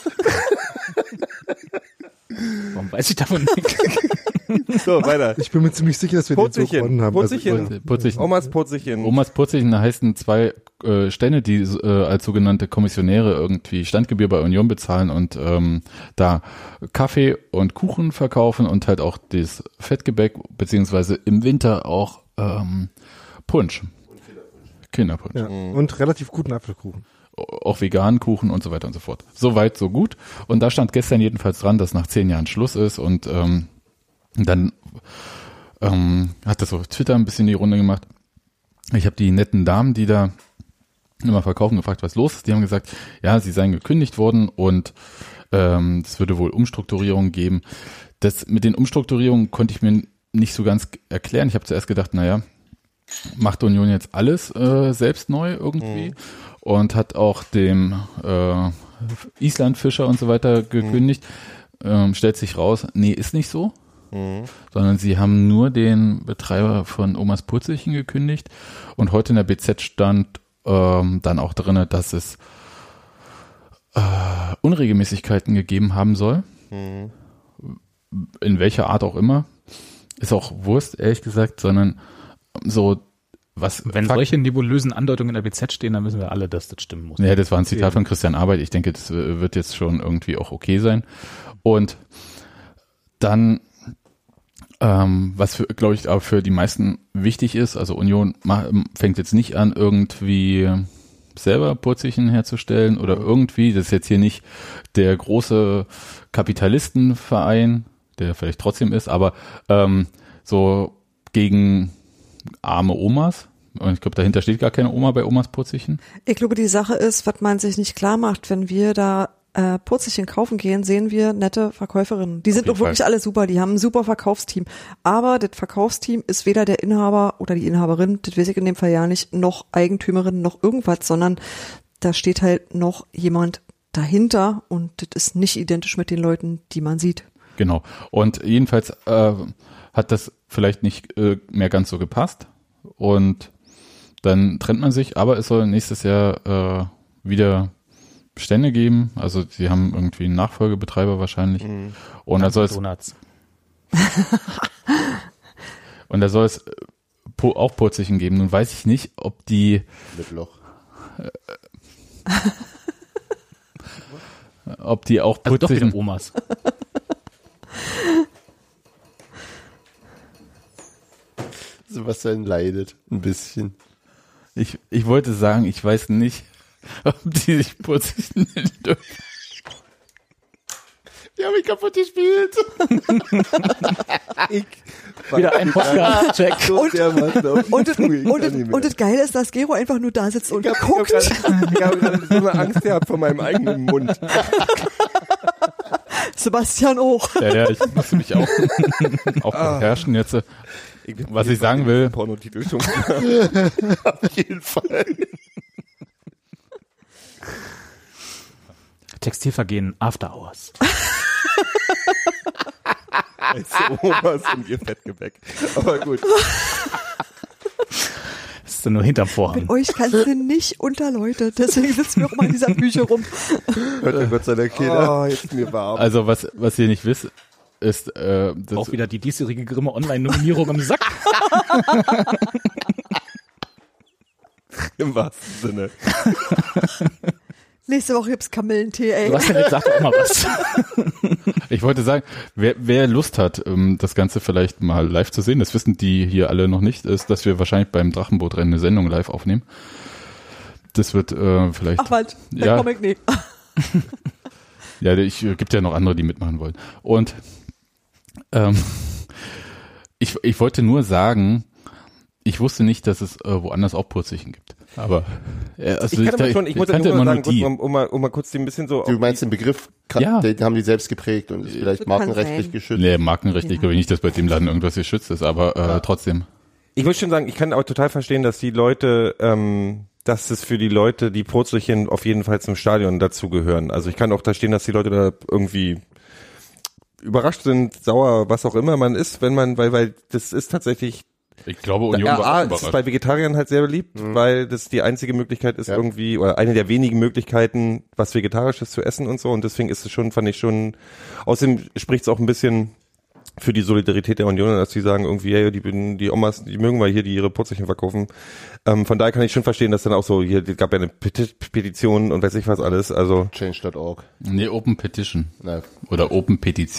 Warum weiß ich davon nicht? So, weiter. Ich bin mir ziemlich sicher, dass wir den so Purzelchen, gewonnen haben. Also, Purzelchen. Purzelchen. Omas Purzelchen. Um Omas Purzelchen heißen zwei äh, Stände, die äh, als sogenannte Kommissionäre irgendwie Standgebühr bei Union bezahlen und ähm, da Kaffee und Kuchen verkaufen und halt auch das Fettgebäck, beziehungsweise im Winter auch ähm, Punsch. Kinderpunsch. ja. Mhm. Und relativ guten Apfelkuchen. Auch veganen Kuchen und so weiter und so fort. So weit, so gut. Und da stand gestern jedenfalls dran, dass nach zehn Jahren Schluss ist und ähm, dann ähm, hat das auf Twitter ein bisschen die Runde gemacht. Ich habe die netten Damen, die da immer verkaufen, gefragt, was los ist. Die haben gesagt, ja, sie seien gekündigt worden und ähm, es würde wohl Umstrukturierungen geben. Das mit den Umstrukturierungen konnte ich mir nicht so ganz erklären. Ich habe zuerst gedacht, naja, macht Union jetzt alles äh, selbst neu irgendwie und hat auch dem äh, Island-Fischer und so weiter gekündigt. Ähm, stellt sich raus, nee, ist nicht so sondern sie haben nur den Betreiber von Omas Purzelchen gekündigt und heute in der BZ stand ähm, dann auch drinne, dass es äh, Unregelmäßigkeiten gegeben haben soll. In welcher Art auch immer. Ist auch Wurst, ehrlich gesagt, sondern ähm, so was Wenn Fakt- solche nebulösen Andeutungen in der BZ stehen, dann wissen wir alle, dass das stimmen muss. ja, das war ein Zitat von Christian Arbeit. Ich denke, das äh, wird jetzt schon irgendwie auch okay sein. Und dann, ähm, was für, glaube ich, aber für die meisten wichtig ist, also Union ma- fängt jetzt nicht an, irgendwie selber Purzelchen herzustellen oder irgendwie, das ist jetzt hier nicht der große Kapitalistenverein, der vielleicht trotzdem ist, aber ähm, so gegen arme Omas. Und ich glaube, dahinter steht gar keine Oma bei Omas Purzelchen. Ich glaube, die Sache ist, was man sich nicht klar macht, wenn wir da äh, Purzelchen kaufen gehen, sehen wir nette Verkäuferinnen. Die sind jeden doch wirklich alle super, die haben ein super Verkaufsteam. Aber das Verkaufsteam ist weder der Inhaber oder die Inhaberin, das weiß ich in dem Fall ja nicht, noch Eigentümerin, noch irgendwas, sondern da steht halt noch jemand dahinter und das ist nicht identisch mit den Leuten, die man sieht. Genau. Und jedenfalls äh, hat das vielleicht nicht äh, mehr ganz so gepasst. Und dann trennt man sich, aber es soll nächstes Jahr äh, wieder Stände geben. Also sie haben irgendwie einen Nachfolgebetreiber wahrscheinlich. Und da soll es Also Donuts. und da soll es äh, po- auch Purzelchen geben. Nun weiß ich nicht, ob die Mit Loch. ob die auch Also doch Purzelchen wieder Omas. Sebastian leidet ein bisschen. Ich, ich wollte sagen, ich weiß nicht, ob die sich Purzelchen nennen dürfen. Die haben mich kaputt gespielt. Wieder ein Podcast-Check. Und- Und das, und, das, und und das Geile ist, dass Gero einfach nur da sitzt und Ich habe guckt. gerade ich hab gerade so eine Angst gehabt vor meinem eigenen Mund. Sebastian auch. äh, Ja, ja, ich muss mich auch, auch beherrschen jetzt. bin Was hier ich sagen bei will- dem Pornotitel schon. Auf jeden Fall. Textilvergehen, After Hours. Als Omas und ihr Fettgebäck. Aber gut. Das ist dann nur hinterm Vorhang. Euch kannst du nicht unter Leute, deswegen sitzen wir auch mal in dieser Büche rum. Hört ihr Gott sei Dank jeder. Oh, jetzt ist mir warm. Also was, was ihr nicht wisst, ist, äh, das, Auch wieder die diesjährige Grimme Online-Nominierung im Sack. Im wahrsten Also Sinne. Nächste Woche gibt's Kamillentee, ey. Du hast ja nicht gesagt, auch mal was. ich wollte sagen, wer, wer Lust hat, ähm, das Ganze vielleicht mal live zu sehen, das wissen die hier alle noch nicht, ist, dass wir wahrscheinlich beim Drachenbootrennen eine Sendung live aufnehmen. Das wird äh, vielleicht. Ach was, der Ja. Comic, nee. Ja, ich äh, gibt ja noch andere, die mitmachen wollen. Und ähm, ich, ich wollte nur sagen, ich wusste nicht, dass es äh, woanders auch Purzelchen gibt. Aber äh, also Ich, kann aber da- schon, ich, muss kannte dazu immer mal nur sagen, die. kurz, um, um, mal, um mal kurz den ein bisschen so. Du meinst den Begriff, kann, Ja. den haben die selbst geprägt und ist vielleicht kann markenrechtlich sein. geschützt. Nee, markenrechtlich Ja. glaube ich nicht, dass bei dem Laden irgendwas geschützt ist, aber äh, trotzdem. Ich würde schon sagen, ich kann auch total verstehen, dass die Leute, ähm, dass es für die Leute, die Purzelchen auf jeden Fall zum Stadion dazugehören. Also ich kann auch verstehen, dass die Leute da irgendwie überrascht sind, sauer, was auch immer man ist, wenn man, weil, weil das ist tatsächlich, Ich glaube, ja, Union war A, auch ist es überrascht. bei Vegetariern halt sehr beliebt, weil das die einzige Möglichkeit ist Ja. irgendwie, oder eine der wenigen Möglichkeiten, was Vegetarisches zu essen und so und deswegen ist es schon, fand ich schon, außerdem spricht es auch ein bisschen für die Solidarität der Union, dass die sagen irgendwie, hey, die, bin- die Omas, die mögen wir hier, die ihre Purzelchen verkaufen. Ähm, von daher kann ich schon verstehen, dass dann auch so, hier es gab ja eine Peti- Petition und weiß ich was alles, also Change.org. Nee, Open Petition Na, oder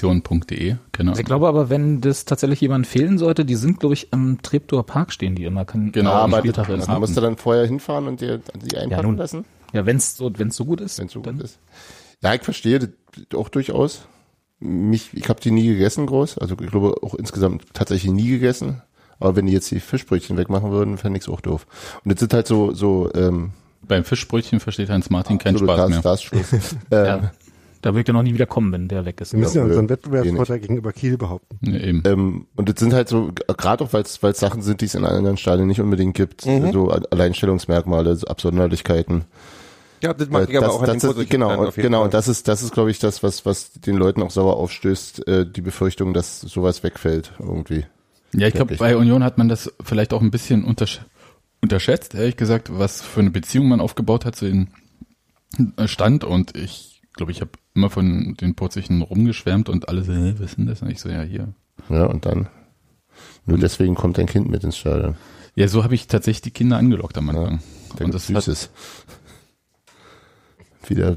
openpetition.de, genau. Also Ich glaube aber, wenn das tatsächlich jemand fehlen sollte, die sind, glaube ich, am Treptower Park stehen die immer. Kann, Genau, am aber Spieltag ist, da ne? musst du dann vorher hinfahren und dir die einpacken nun. lassen, Ja, wenn's so, wenn's so gut ist. wenn es so dann- gut ist. Ja, ich verstehe das auch durchaus. Mich, ich habe die nie gegessen groß, also ich glaube auch insgesamt tatsächlich nie gegessen. Aber wenn die jetzt die Fischbrötchen wegmachen würden, fände ich es auch doof. Und jetzt sind halt so, so ähm, Beim Fischbrötchen versteht Hans Martin keinen so Spaß mehr. Glasschluss. ähm, Ja. Da wird ja noch nie wieder kommen, wenn der weg ist. Wir müssen ja Also nö, unseren eh Wettbewerbsvorteil gegenüber Kiel behaupten. Nee, eben. Ähm, und das sind halt so, gerade auch weil es Sachen sind, die es in anderen Stadien nicht unbedingt gibt, so A- Alleinstellungsmerkmale, so Absonderlichkeiten. ja, das Äh, das, das ist, genau, und, genau, und das das ist, das ist, glaube ich, das, was, was den Leuten auch sauer aufstößt, äh, die Befürchtung, dass sowas wegfällt irgendwie. Ja, ich glaube, Wirklich. bei Union hat man das vielleicht auch ein bisschen untersch unterschätzt, ehrlich gesagt, was für eine Beziehung man aufgebaut hat zu dem äh, Stand. Und ich glaube, ich habe immer von den Purzichen rumgeschwärmt und alle so, "Hä, was ist denn das? Und ich so, ja, hier. Ja, Ne, und dann. Nur deswegen kommt dein Kind mit ins Stadion. Ja, so habe ich tatsächlich die Kinder angelockt am Anfang. Der und das hat, Süßes. Wieder,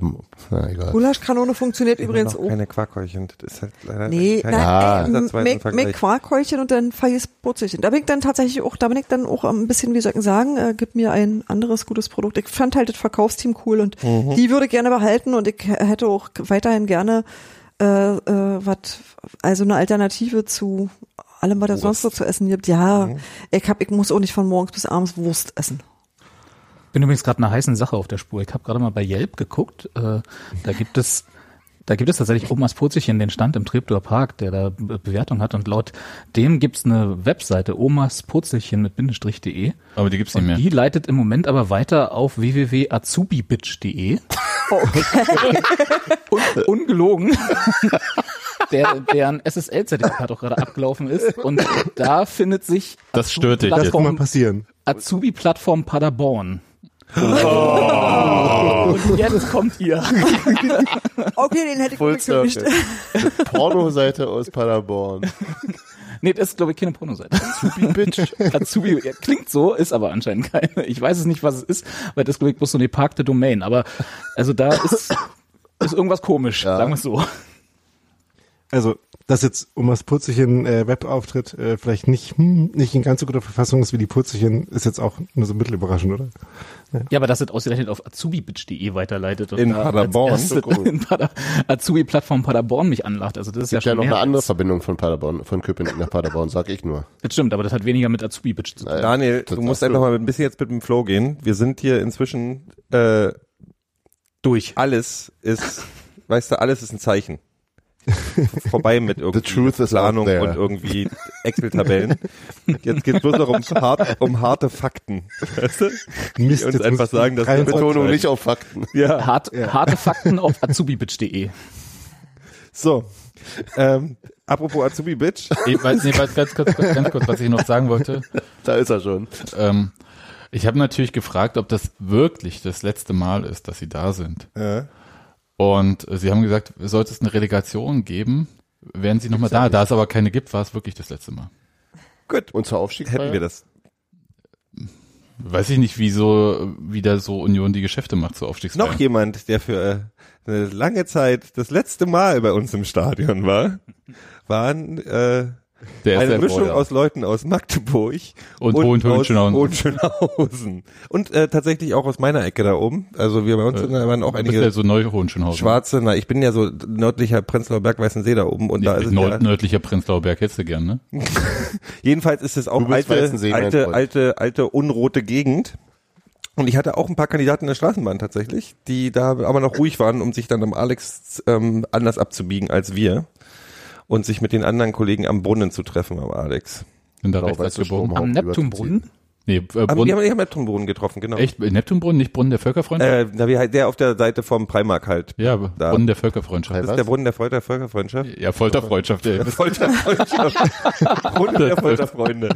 na egal. Gulaschkanone funktioniert übrigens auch. keine Quarkhäulchen, das ist halt leider Nee, ähm, kein- Ah. nein, Ansatzweise ey, ein make, Vergleich. make Quarkhäulchen und dann feiles Brotzelchen. Da bin ich dann tatsächlich auch, da bin ich dann auch ein bisschen, wie soll ich denn sagen, äh, gib mir ein anderes gutes Produkt. Ich fand halt das Verkaufsteam cool und die würde ich gerne behalten und ich hätte auch weiterhin gerne äh, äh, was, also eine Alternative zu allem, was es sonst so zu essen gibt. Ja, ich hab, ich muss auch nicht von morgens bis abends Wurst essen. bin übrigens gerade einer heißen Sache auf der Spur. Ich habe gerade mal bei Yelp geguckt. Äh, da gibt es da gibt es tatsächlich Omas Purzelchen, den Stand im Treptower Park, der da Be- Bewertung hat. Und laut dem gibt's eine Webseite, omaspurzelchen mit Bindestrich.de. aber die gibt's nicht mehr. Und die leitet im Moment aber weiter auf www.azubibitch.de. Un ungelogen. Der, deren SSL-Zertifikat auch gerade abgelaufen ist. Und da findet sich Das stört dich Lass jetzt. doch Kann mal passieren. Azubi-Plattform Paderborn. Und jetzt kommt ihr. Okay, den hätte ich mir gekündigt. Porno-Seite aus Paderborn. Nee, das ist, glaube ich, keine Pornoseite. Azubi-Bitch. Azubi, ja, klingt so, ist aber anscheinend keine. Ich weiß es nicht, was es ist, weil das, glaube ich, bloß so eine geparkte Domain. Aber also da ist, ist irgendwas komisch, sagen wir es so. Also, dass jetzt Omas Purzelchen äh, Webauftritt äh, vielleicht nicht, hm, nicht in ganz so guter Verfassung ist wie die Purzelchen, ist jetzt auch nur so mittelüberraschend, oder? Ja, aber das wird ausgerechnet auf azubibitch.de weiterleitet. Und In da als Paderborn? erste So gut. in Pader Azubi-Plattform Paderborn mich anlacht. Also das ist ja Gibt ja schon noch eine mehr andere als- Verbindung von Paderborn, von Köpenick nach Paderborn, sag ich nur. Das stimmt, aber das hat weniger mit Azubibitch zu tun. Daniel, du Äh, Total. musst einfach mal ein bisschen jetzt mit dem Flow gehen. Wir sind hier inzwischen äh, durch. Alles ist, weißt du, alles ist ein Zeichen. vorbei mit irgendwie The truth is Planung out there. und irgendwie Excel-Tabellen. Jetzt geht's bloß noch um, hart, um harte Fakten. Weißt du? Mist, uns jetzt einfach muss ich sagen, dass wir 23 Betonung nicht auf Fakten. Ja. Hart, Harte Fakten auf azubibitch.de. So. Ähm, apropos Azubi Bitch. Ich weiß, nee, weiß ganz, kurz, ganz kurz, was ich noch sagen wollte. Da ist er schon. Ähm, ich habe natürlich gefragt, ob das wirklich das letzte Mal ist, dass sie da sind. Äh, Und äh, sie haben gesagt, sollte es eine Relegation geben, wären sie nochmal da. Da es aber keine gibt, war es wirklich das letzte Mal. Gut. Und zur Aufstiegsfeier? Hätten wir das. Weiß ich nicht, wieso äh, wieder so Union die Geschäfte macht zur Aufstiegsfeier. Noch jemand, der für äh, eine lange Zeit das letzte Mal bei uns im Stadion war, waren äh, Der eine SRF Mischung Order. aus Leuten aus Magdeburg Und aus Hohenschönhausen. Hohenschönhausen. Und äh, tatsächlich auch aus meiner Ecke da oben. Also wir bei uns Äh, waren auch Du bist ja ne? einige so neu Hohenschönhausen. Schwarze. Na, ich bin ja so nördlicher Prenzlauer Berg, Weißensee da oben. Und Nee, da ist es nördlicher ja, nördlicher Prenzlauer Berg hättest du gern, ne? Jedenfalls ist es auch Du bist alte, Weißensee, mein alte, Freund. alte, alte, unrote Gegend. Und ich hatte auch ein paar Kandidaten in der Straßenbahn tatsächlich, die da aber noch ruhig waren, um sich dann am Alex ähm, anders abzubiegen als wir und sich mit den anderen Kollegen am Brunnen zu treffen am Alex. Sind da Genau, rechts weißt du, abgebogen. Strom- Am Neptunbrunnen. Nee, äh, Aber die Brunnen, haben, die haben Neptunbrunnen getroffen, genau. echt, äh, Neptunbrunnen, nicht Brunnen der Völkerfreundschaft? Äh, na, wie halt der auf der Seite vom Primark halt. ja, da. Brunnen der Völkerfreundschaft. Das ist der Brunnen der Folter Völkerfreundschaft. Ja, Folterfreundschaft, ey. Folterfreundschaft. Brunnen der Folterfreunde.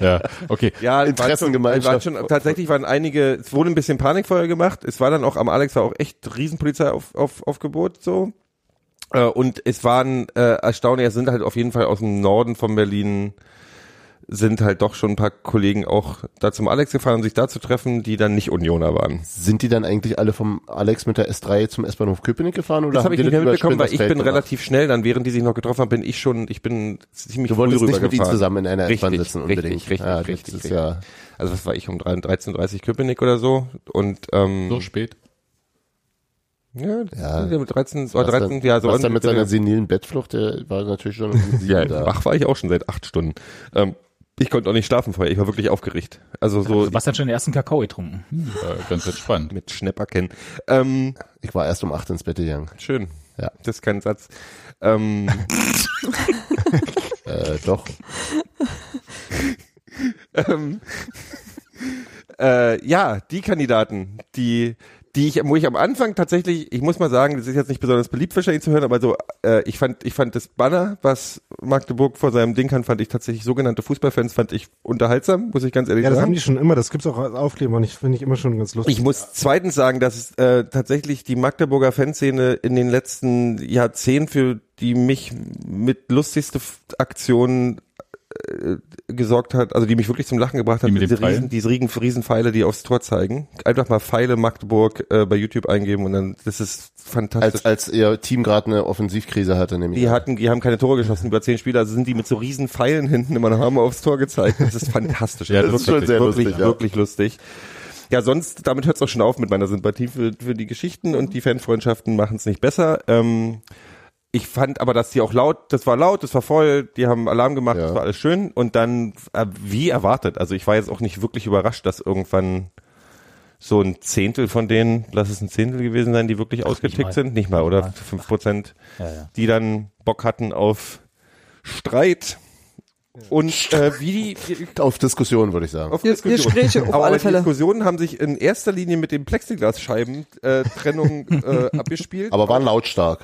Ja, okay. Ja, waren Interessengemeinschaft. Schon, waren schon, tatsächlich waren einige, es wurde ein bisschen Panikfeuer gemacht. Es war dann auch am Alex war auch echt Riesenpolizei auf, auf, Aufgebot so. Äh, Und es waren äh, erstaunlich, es sind halt auf jeden Fall aus dem Norden von Berlin sind halt doch schon ein paar Kollegen auch da zum Alex gefahren, um sich da zu treffen, die dann nicht Unioner waren. Sind die dann eigentlich alle vom Alex mit der S3 zum S-Bahnhof Köpenick gefahren? Oder Das habe habt ich ihr nicht mehr über mitbekommen, weil ich Spindlersfeld bin gemacht? relativ schnell dann, während die sich noch getroffen haben, bin ich schon, ich bin ziemlich Du wolltest früh nicht mit ihnen rübergefahren. zusammen in einer S-Bahn Richtig, sitzen richtig, unbedingt. richtig, ja, das richtig, ist richtig. ja Also was war ich um 13.30 Köpenick oder so und ähm, So spät. Ja, Ja. ja. mit 13, oder was 13, dann, ja, so was dann mit irgendwie- seiner senilen Bettflucht, der war natürlich schon um sieben ja, da. wach war ich auch schon seit acht Stunden. Ähm, ich konnte auch nicht schlafen vorher, ich war wirklich aufgeregt. Also so Was hat schon den ersten Kakao getrunken? Äh, ganz entspannt. mit Schnepper kennen. Ähm, Ich war erst um acht ins Bett gegangen. schön. Ja. Das ist kein Satz. Ähm, Äh, doch. ähm, äh, ja, die Kandidaten, die, die ich, wo ich am Anfang tatsächlich, ich muss mal sagen, das ist jetzt nicht besonders beliebt wahrscheinlich zu hören, aber so, äh, ich fand, ich fand das Banner, was Magdeburg vor seinem Ding kann, fand ich tatsächlich sogenannte Fußballfans, fand ich unterhaltsam, muss ich ganz ehrlich Ja, das sagen. haben die schon immer. Das gibt's auch als Aufkleber. Und ich finde ich immer schon ganz lustig. Ich muss zweitens sagen, dass es, äh, tatsächlich die Magdeburger Fanszene in den letzten Jahrzehnten für die mich mit lustigste F- Aktion äh, gesorgt hat, also die mich wirklich zum Lachen gebracht hat, Die mit dem diese Pfeil? riesen, diese riesen, riesen Pfeile, die aufs Tor zeigen. Einfach mal Pfeile Magdeburg äh, bei YouTube eingeben und dann, das ist fantastisch. Als, als ihr Team gerade eine Offensivkrise hatte, nämlich. die hatten, die haben keine Tore geschossen über zehn Spieler, also sind die mit so riesen Pfeilen hinten immer noch haben aufs Tor gezeigt. Das ist fantastisch. Ja, das ist ist schon sehr wirklich, lustig, ja. wirklich lustig. Ja, sonst, damit hört es auch schon auf mit meiner Sympathie für, für die Geschichten und die Fanfreundschaften machen es nicht besser. Ähm, ich fand aber, dass die auch laut, das war laut, das war voll, die haben Alarm gemacht, Ja. das war alles schön und dann, äh, wie erwartet, also ich war jetzt auch nicht wirklich überrascht, dass irgendwann so ein Zehntel von denen, lass es ein Zehntel gewesen sein, die wirklich ausgetickt mal. sind, nicht mal, oder? mal. Fünf Prozent Ja, ja. die dann Bock hatten auf Streit und äh, wie die Auf Diskussion, würde ich sagen. auf Gespräche, auf Aber alle die Fälle. Diskussionen haben sich in erster Linie mit den Plexiglasscheiben äh, Trennung äh, abgespielt. Aber waren lautstark.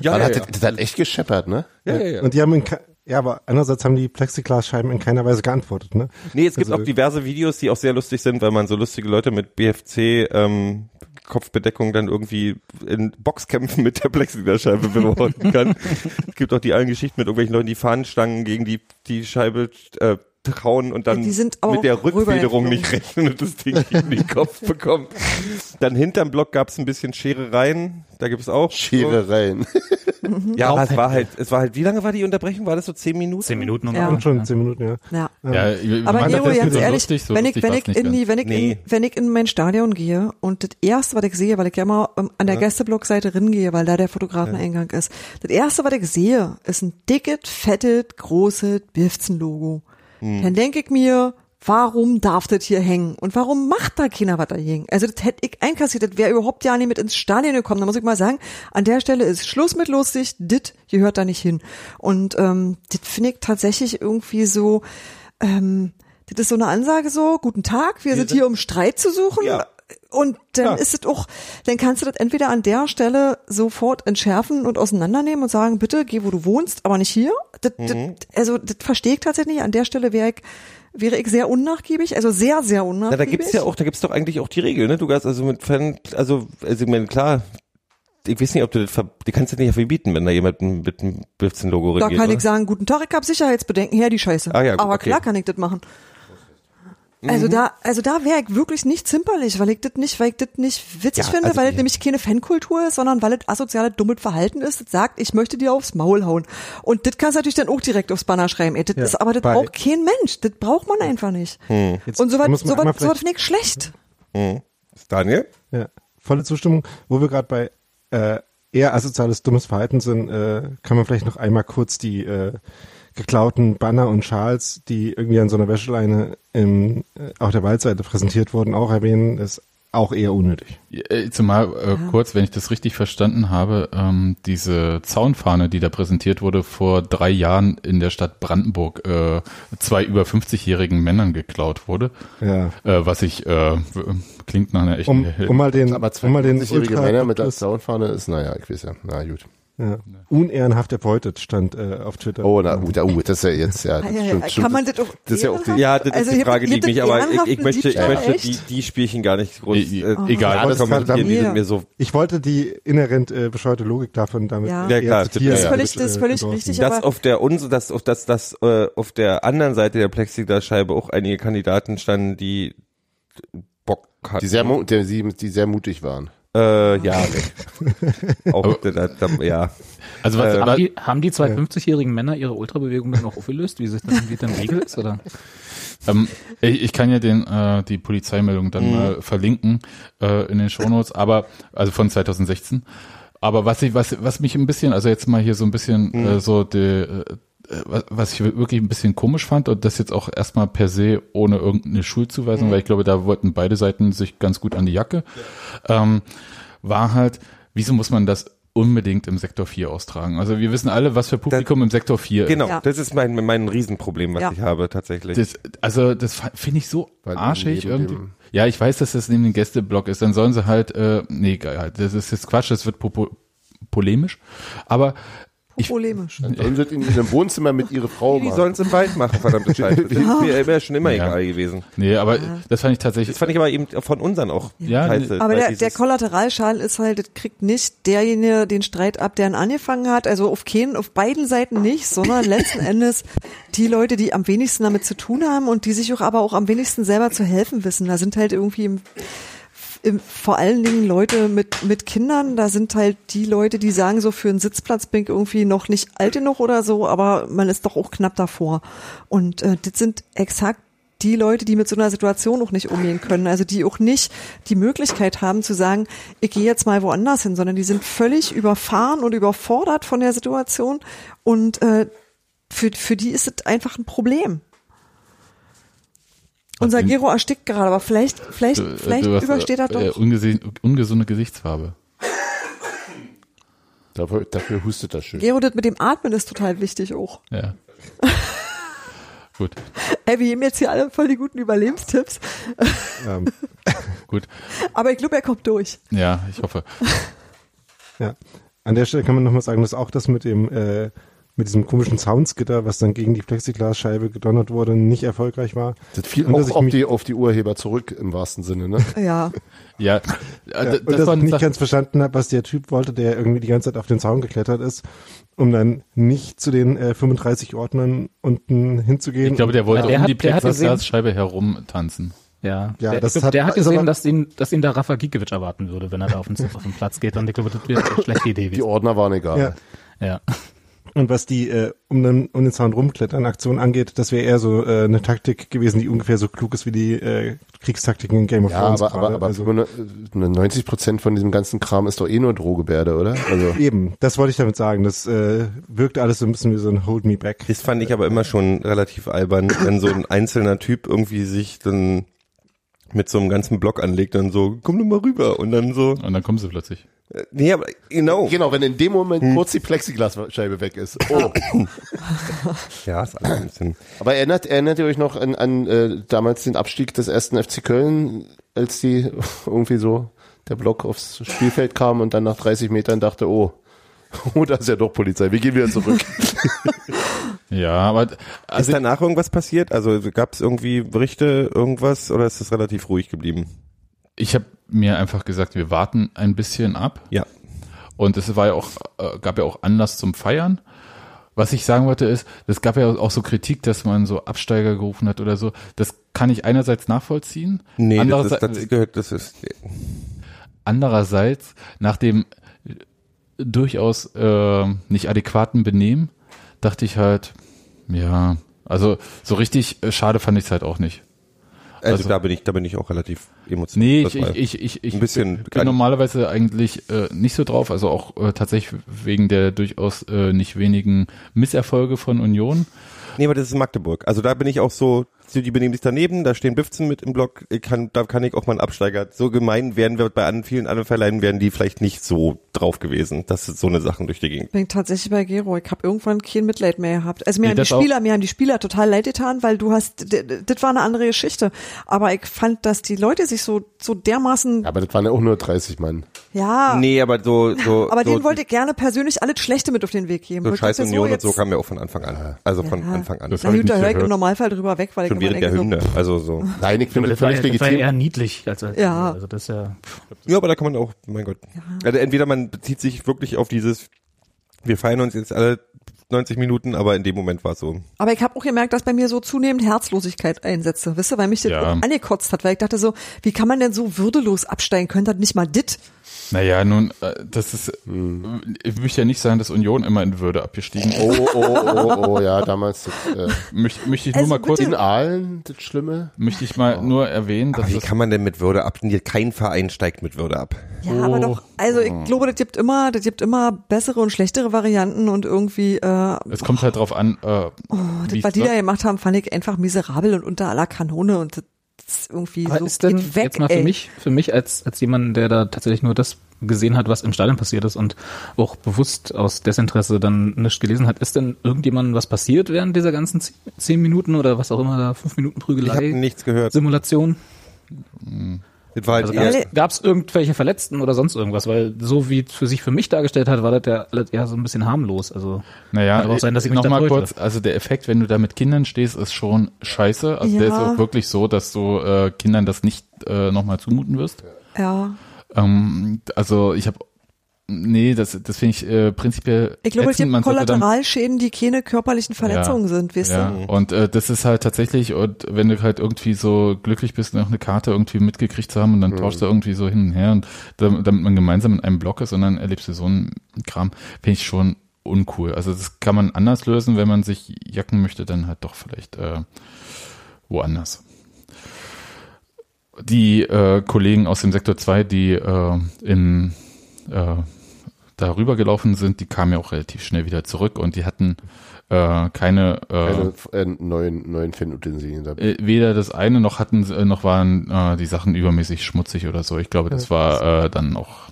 ja, Man ja, hat, ja. Das hat echt gescheppert, ne? ja, ja, ja. Und die haben in ke- ja, aber andererseits haben die Plexiglasscheiben in keiner Weise geantwortet, ne? Nee, es gibt Also- auch diverse Videos, die auch sehr lustig sind, weil man so lustige Leute mit BFC ähm, Kopfbedeckung dann irgendwie in Boxkämpfen mit der Plexiglasscheibe beobachten kann. es gibt auch die allen Geschichten mit irgendwelchen Leuten, die Fahnenstangen gegen die die Scheibe äh, trauen und dann Ja, die sind auch mit der Rückfederung rübergeflogen. nicht rechnen und das Ding gegen den Kopf bekommen. Dann hinterm Block gab es ein bisschen Scherereien, da gibt es auch. Schere rein. So. Ja, aber es war halt, es war halt, wie lange war die Unterbrechung? War das so zehn Minuten? Zehn Minuten und Ja. Und schon zehn Minuten, ja. Ja. Ja, ich- Aber man sagt, Gero, das ist ganz so ehrlich, lustig, so wenn ich, lustig wenn war's ich nicht in ganz. die, wenn ich, Nee. in, wenn ich in mein Stadion gehe und das erste, was ich sehe, weil ich ja immer ähm, an der Gästeblockseite ringehe, weil da der Fotografeneingang ist, das erste, was ich sehe, ist ein dicket, fettet, großes Bifzen-Logo. Dann denke ich mir, Warum darf das hier hängen? Und warum macht da keiner was da hängen? Also das hätte ich einkassiert, das wäre überhaupt ja nicht mit ins Stadion gekommen. Da muss ich mal sagen, an der Stelle ist Schluss mit lustig, dit gehört da nicht hin. Und ähm, das finde ich tatsächlich irgendwie so, ähm, das ist so eine Ansage so, guten Tag, wir, sind, hier, um Streit zu suchen. Ja. Und dann Ja. ist es auch, dann kannst du das entweder an der Stelle sofort entschärfen und auseinandernehmen und sagen, bitte geh, wo du wohnst, aber nicht hier. Das, Mhm. das, also das verstehe ich tatsächlich nicht. An der Stelle wäre ich, wäre ich sehr unnachgiebig, also sehr, sehr Na, unnachgiebig. da gibt's ja auch, da gibt's doch eigentlich auch die Regel, ne? Du kannst also mit Fan, also, also ich meine, klar, ich weiß nicht, ob du das, ver du kannst das nicht verbieten, wenn da jemand mit einem Bifzen-Logo Da regiert. kann oder? ich sagen, guten Tag, ich habe Sicherheitsbedenken, her die Scheiße. Ah ja, gut, Aber okay. Mhm. klar kann ich das machen. Also da, also da wäre ich wirklich nicht zimperlich, weil ich das nicht, weil ich das nicht witzig Ja, finde, also weil das ich- nämlich keine Fankultur ist, sondern weil das asoziale, dummes Verhalten ist, das sagt, ich möchte dir aufs Maul hauen. Und das kannst du natürlich dann auch direkt aufs Banner schreiben. Ey, das Ja, ist, aber das weil- braucht kein Mensch. Das braucht man einfach nicht. Hm. Jetzt Und sowas, muss man einmal sowas, vielleicht- sowas finde ich schlecht. Ah, Daniel? Ja, volle Zustimmung. Wo wir gerade bei äh, eher asoziales, dummes Verhalten sind, äh, kann man vielleicht noch einmal kurz die äh, geklauten Banner und Schals, die irgendwie an so einer Wäscheleine im, äh, auf der Waldseite präsentiert wurden, auch erwähnen. Ist auch eher unnötig. Äh, Zumal äh, kurz, wenn ich das richtig verstanden habe, ähm, diese Zaunfahne, die da präsentiert wurde, vor drei Jahren in der Stadt Brandenburg äh, zwei über 50-jährigen Männern geklaut wurde, Ja. äh, was ich äh, w- klingt nach einer echten Um, um mal den, Aber um mal den 52-jährige Ultra- Männer mit der das- Zaunfahne ist, naja, ich weiß ja. Na gut. ja, unehrenhaft erbeutet stand äh, auf Twitter. Oh, na, uh, da, uh, das ist ja jetzt, ja. Ei, ei, ei, stimmt, stimmt. Ah, Kann man das auch Das ist ja auch die, Ja, das Also ist die ihr- Frage, ihr die mich, habt aber ich, ehrenhaften ich möchte, ich Diebstahl, möchte die, echt? die Spielchen gar nicht groß, E- äh, um- egal. Ja, das vollkommen kann- kommentieren, die Ja. sind mir so, Ich wollte die inhärent äh, bescheuerte Logik davon damit Ja. Ja, eher klar, das zitieren, ist völlig- damit, das ist äh, völlig endorsen. richtig. dass aber- auf der uns, dass auf das, das, äh, auf der anderen Seite der Plexiglasscheibe auch einige Kandidaten standen, die Bock hatten. die sehr, mu- die, die, die sehr mutig waren. äh, ja, nee. auch, da, da, da, ja. Also was, Haben was, die, haben die zwei 50-jährigen Männer ihre Ultrabewegung dann noch aufgelöst, wie sich dann, wie dann Regel ist? Oder? Ähm, ich, ich kann ja den, äh, die Polizeimeldung dann mal verlinken äh, in den Shownotes, aber also von 2016. Aber was ich, was, was mich ein bisschen, also jetzt mal hier so ein bisschen äh, so die, äh, was, was ich wirklich ein bisschen komisch fand und das jetzt auch erstmal per se ohne irgendeine Schulzuweisung, weil ich glaube, da wollten beide Seiten sich ganz gut an die Jacke, ähm, war halt, wieso muss man das unbedingt im Sektor 4 austragen? Also wir wissen alle, was für Publikum im Sektor 4 ist. Genau, Ja. das ist mein, mein Riesenproblem, was Ja. ich habe tatsächlich. Das, also das fa- finde ich so Weil arschig neben irgendwie. dem- Ja, ich weiß, dass das neben dem Gästeblock ist. Dann sollen sie halt, äh, nee, geil, das ist jetzt Quatsch, das wird popo- polemisch. Aber Ich- Polemisch. Sollen sie das in ihrem Wohnzimmer mit ihrer Frau die machen? sollen es im Wald machen, verdammte Scheiße. Das ist mir, wäre schon immer Ja. egal gewesen. nee, aber das fand ich tatsächlich. Das fand ich aber eben von unseren auch Ja, scheiße, Aber weil der, dieses- der Kollateralschaden ist halt, das kriegt nicht derjenige den Streit ab, der ihn angefangen hat. Also auf keinen, auf beiden Seiten nicht, sondern letzten Endes die Leute, die am wenigsten damit zu tun haben und die sich auch aber auch am wenigsten selber zu helfen wissen. Da sind halt irgendwie im, im, vor allen Dingen Leute mit, mit Kindern, da sind halt die Leute, die sagen so für einen Sitzplatz bin ich irgendwie noch nicht alt genug oder so, aber man ist doch auch knapp davor. Und äh, das sind exakt die Leute, die mit so einer Situation auch nicht umgehen können, also die auch nicht die Möglichkeit haben zu sagen, ich gehe jetzt mal woanders hin, sondern die sind völlig überfahren und überfordert von der Situation und äh, für, für die ist es einfach ein Problem. Unser Ach, Gero erstickt gerade, aber vielleicht, vielleicht, äh, vielleicht du hast, übersteht er doch. Äh, ungese ungesunde Gesichtsfarbe. Dafür, dafür hustet das schön. Gero, das mit dem Atmen ist total wichtig auch. Ja. gut, Ey, wir haben jetzt hier alle voll die guten Überlebenstipps, Ähm, gut. aber ich glaube, er kommt durch. Ja, ich hoffe. Ja. An der Stelle kann man nochmal sagen, dass auch das mit dem, äh, mit diesem komischen Soundsgitter, was dann gegen die Plexiglasscheibe gedonnert wurde, nicht erfolgreich war. Das fiel Und dass auch ich auf mich- die, auf die Urheber zurück im wahrsten Sinne, ne? Ja, Ja, äh, Ja, d- und dass ich eine nicht Sache- ganz verstanden habe, was der Typ wollte, der irgendwie die ganze Zeit auf den Zaun geklettert ist, um dann nicht zu den äh, 35 Ordnern unten hinzugehen. ich glaube, der wollte Ja, der um hat- die der hat gesehen- Plexiglasscheibe herumtanzen. Ja, Ja, der, das ich glaub, hat- der hat also ist gesehen, aber- dass ihn, dass ihn da Rafa Gikiewicz erwarten würde, wenn er da auf den, auf den Platz geht. Und ich glaube, das wäre eine schlechte Idee. Die gewesen. Ordner waren egal. Ja. Ja. Und was die äh, um, den, um den Zaun rumklettern Aktion angeht, das wäre eher so äh, eine Taktik gewesen, die ungefähr so klug ist wie die äh, Kriegstaktiken in Game of Ja, Thrones. aber, aber, gerade. aber also, 90 Prozent von diesem ganzen Kram ist doch eh nur Drohgebärde, oder? Also, eben, das wollte ich damit sagen. Das äh, wirkt alles so ein bisschen wie so ein Hold Me Back. Das fand ich aber immer schon relativ albern, wenn so ein einzelner Typ irgendwie sich dann mit so einem ganzen Block anlegt und so, komm doch mal rüber und dann so, Und dann kommen sie plötzlich. äh, nee, aber genau. genau, wenn in dem Moment kurz die Plexiglasscheibe weg ist. Oh. Ja, ist alles ein bisschen. Aber erinnert, erinnert ihr euch noch an, an äh, damals den Abstieg des ersten FC Köln, als die irgendwie so der Block aufs Spielfeld kam und dann nach 30 Metern dachte, oh, oh, da ist ja doch Polizei, wir gehen wieder zurück. Ja, aber Ist also, danach irgendwas passiert? Also gab es irgendwie Berichte, irgendwas oder ist es relativ ruhig geblieben? ich habe mir einfach gesagt, wir warten ein bisschen ab. Ja. Und es war ja auch, äh, gab ja auch Anlass zum Feiern. Was ich sagen wollte ist, es gab ja auch so Kritik, dass man so Absteiger gerufen hat oder so. Das kann ich einerseits nachvollziehen. Nee, das ist, andererseits, das gehört, das ist, andererseits nach dem äh, durchaus äh, nicht adäquaten Benehmen dachte ich halt, ja, also so richtig äh, schade fand ich es halt auch nicht. also, Also- da bin ich, da bin ich auch relativ emotional. Nee, Das ich, war- ich, ich, ich, ich ein bisschen bin, bin kann- normalerweise eigentlich äh, nicht so drauf, also auch äh, tatsächlich wegen der durchaus äh, nicht wenigen Misserfolge von Union. Nee, aber das ist Magdeburg. Also da bin ich auch so, so die benehmen sich daneben, da stehen Bifzen mit im Block, ich kann, da kann ich auch mal einen Absteiger. So gemein werden wir bei an, vielen anderen Verleihen, wären die vielleicht nicht so drauf gewesen. Das sind so eine Sachen durch die Gegend. bin tatsächlich bei Gero. Ich habe irgendwann kein Mitleid mehr gehabt. Also mir, Nee, haben die das auch. Spieler, mir haben die Spieler total leid getan, weil du hast, d- d- das war eine andere Geschichte. Aber ich fand, dass die Leute sich so, so dermaßen, Aber das waren ja auch nur 30 Mann. ja, Nee, aber so, so, Ah. aber so, denen wollte ich gerne persönlich alles Schlechte mit auf den Weg geben. so Wirklich, Scheiß dass Union und jetzt- so kam ja auch von Anfang an. Also von Ja. Anfang an. Das Na hab ich gut, da nicht höre ich im gehört. Normalfall drüber weg, weil ich Schon immer während der denke, Hymne. Also so. Nein, ich finde das das war, völlig ja, das war ja legitim. eher niedlich. Als, als Ja. Also das ist ja, Ja, aber da kann man auch, mein Gott. Also entweder man bezieht sich wirklich auf dieses, wir feiern uns jetzt alle 90 Minuten, aber in dem Moment war es so. So. Aber ich habe auch gemerkt, dass bei mir so zunehmend Herzlosigkeit einsetzte, wisst ihr, weil mich das Ja. auch angekotzt hat, weil ich dachte so, wie kann man denn so würdelos absteigen? Könnte das nicht mal dit? Naja, nun, äh, das ist, Hm. ich möchte ja nicht sagen, dass Union immer in Würde abgestiegen ist. Oh, oh, oh, oh, oh, ja, damals das, äh, Möchte, möchte ich Also nur mal kurz, bitte. in Aalen, das Schlimme. möchte ich Oh. mal nur erwähnen, dass Aber wie das, kann man denn mit Würde ab? Kein Verein steigt mit Würde ab. Ja, aber doch, Oh. also ich glaube, das gibt immer, das gibt immer bessere und schlechtere Varianten und irgendwie, äh, es kommt halt drauf an, äh, wie Oh, das, was die es- da gemacht haben, fand ich einfach miserabel und unter aller Kanone und das ist irgendwie Aber so ist denn geht weg, jetzt mal für ey. mich, für mich als, als jemand, der da tatsächlich nur das gesehen hat, was im Stadion passiert ist und auch bewusst aus Desinteresse dann nichts gelesen hat, ist denn irgendjemandem was passiert während dieser ganzen zehn- zehn Minuten oder was auch immer da, fünf Minuten Ich habe Prügelei, nichts gehört. Simulation? Das war halt Also eher, gab es irgendwelche Verletzten oder sonst irgendwas? Weil so wie es für sich für mich dargestellt hat, war das ja alles eher so ein bisschen harmlos. Also Naja, kann aber auch sein, dass ich mich noch da mal täusche. kurz, also der Effekt, wenn du da mit Kindern stehst, ist schon scheiße. Also der ist Ja. auch wirklich so, dass du äh, Kindern das nicht äh, nochmal zumuten wirst. Ja. Ähm, also ich habe, nee, das, das finde ich äh, prinzipiell Ich glaube, es ätzend. gibt Man sollte dann- Kollateralschäden, die keine körperlichen Verletzungen sind, weißt ja, du? und äh, das ist halt tatsächlich, und wenn du halt irgendwie so glücklich bist, noch eine Karte irgendwie mitgekriegt zu haben und dann tauscht du irgendwie so hin und her und damit, damit man gemeinsam in einem Block ist und dann erlebst du so einen Kram, finde ich schon uncool. Also das kann man anders lösen, wenn man sich jacken möchte, dann halt doch vielleicht äh, woanders. Die äh, Kollegen aus dem Sektor 2, die äh, in äh, darüber gelaufen sind, die kamen ja auch relativ schnell wieder zurück und die hatten äh, keine, äh, Also Keine äh, neuen, neuen Fanutensilien dabei. äh, weder das eine noch hatten sie- äh, noch waren äh, die Sachen übermäßig schmutzig oder so. Ich glaube, das war äh, dann auch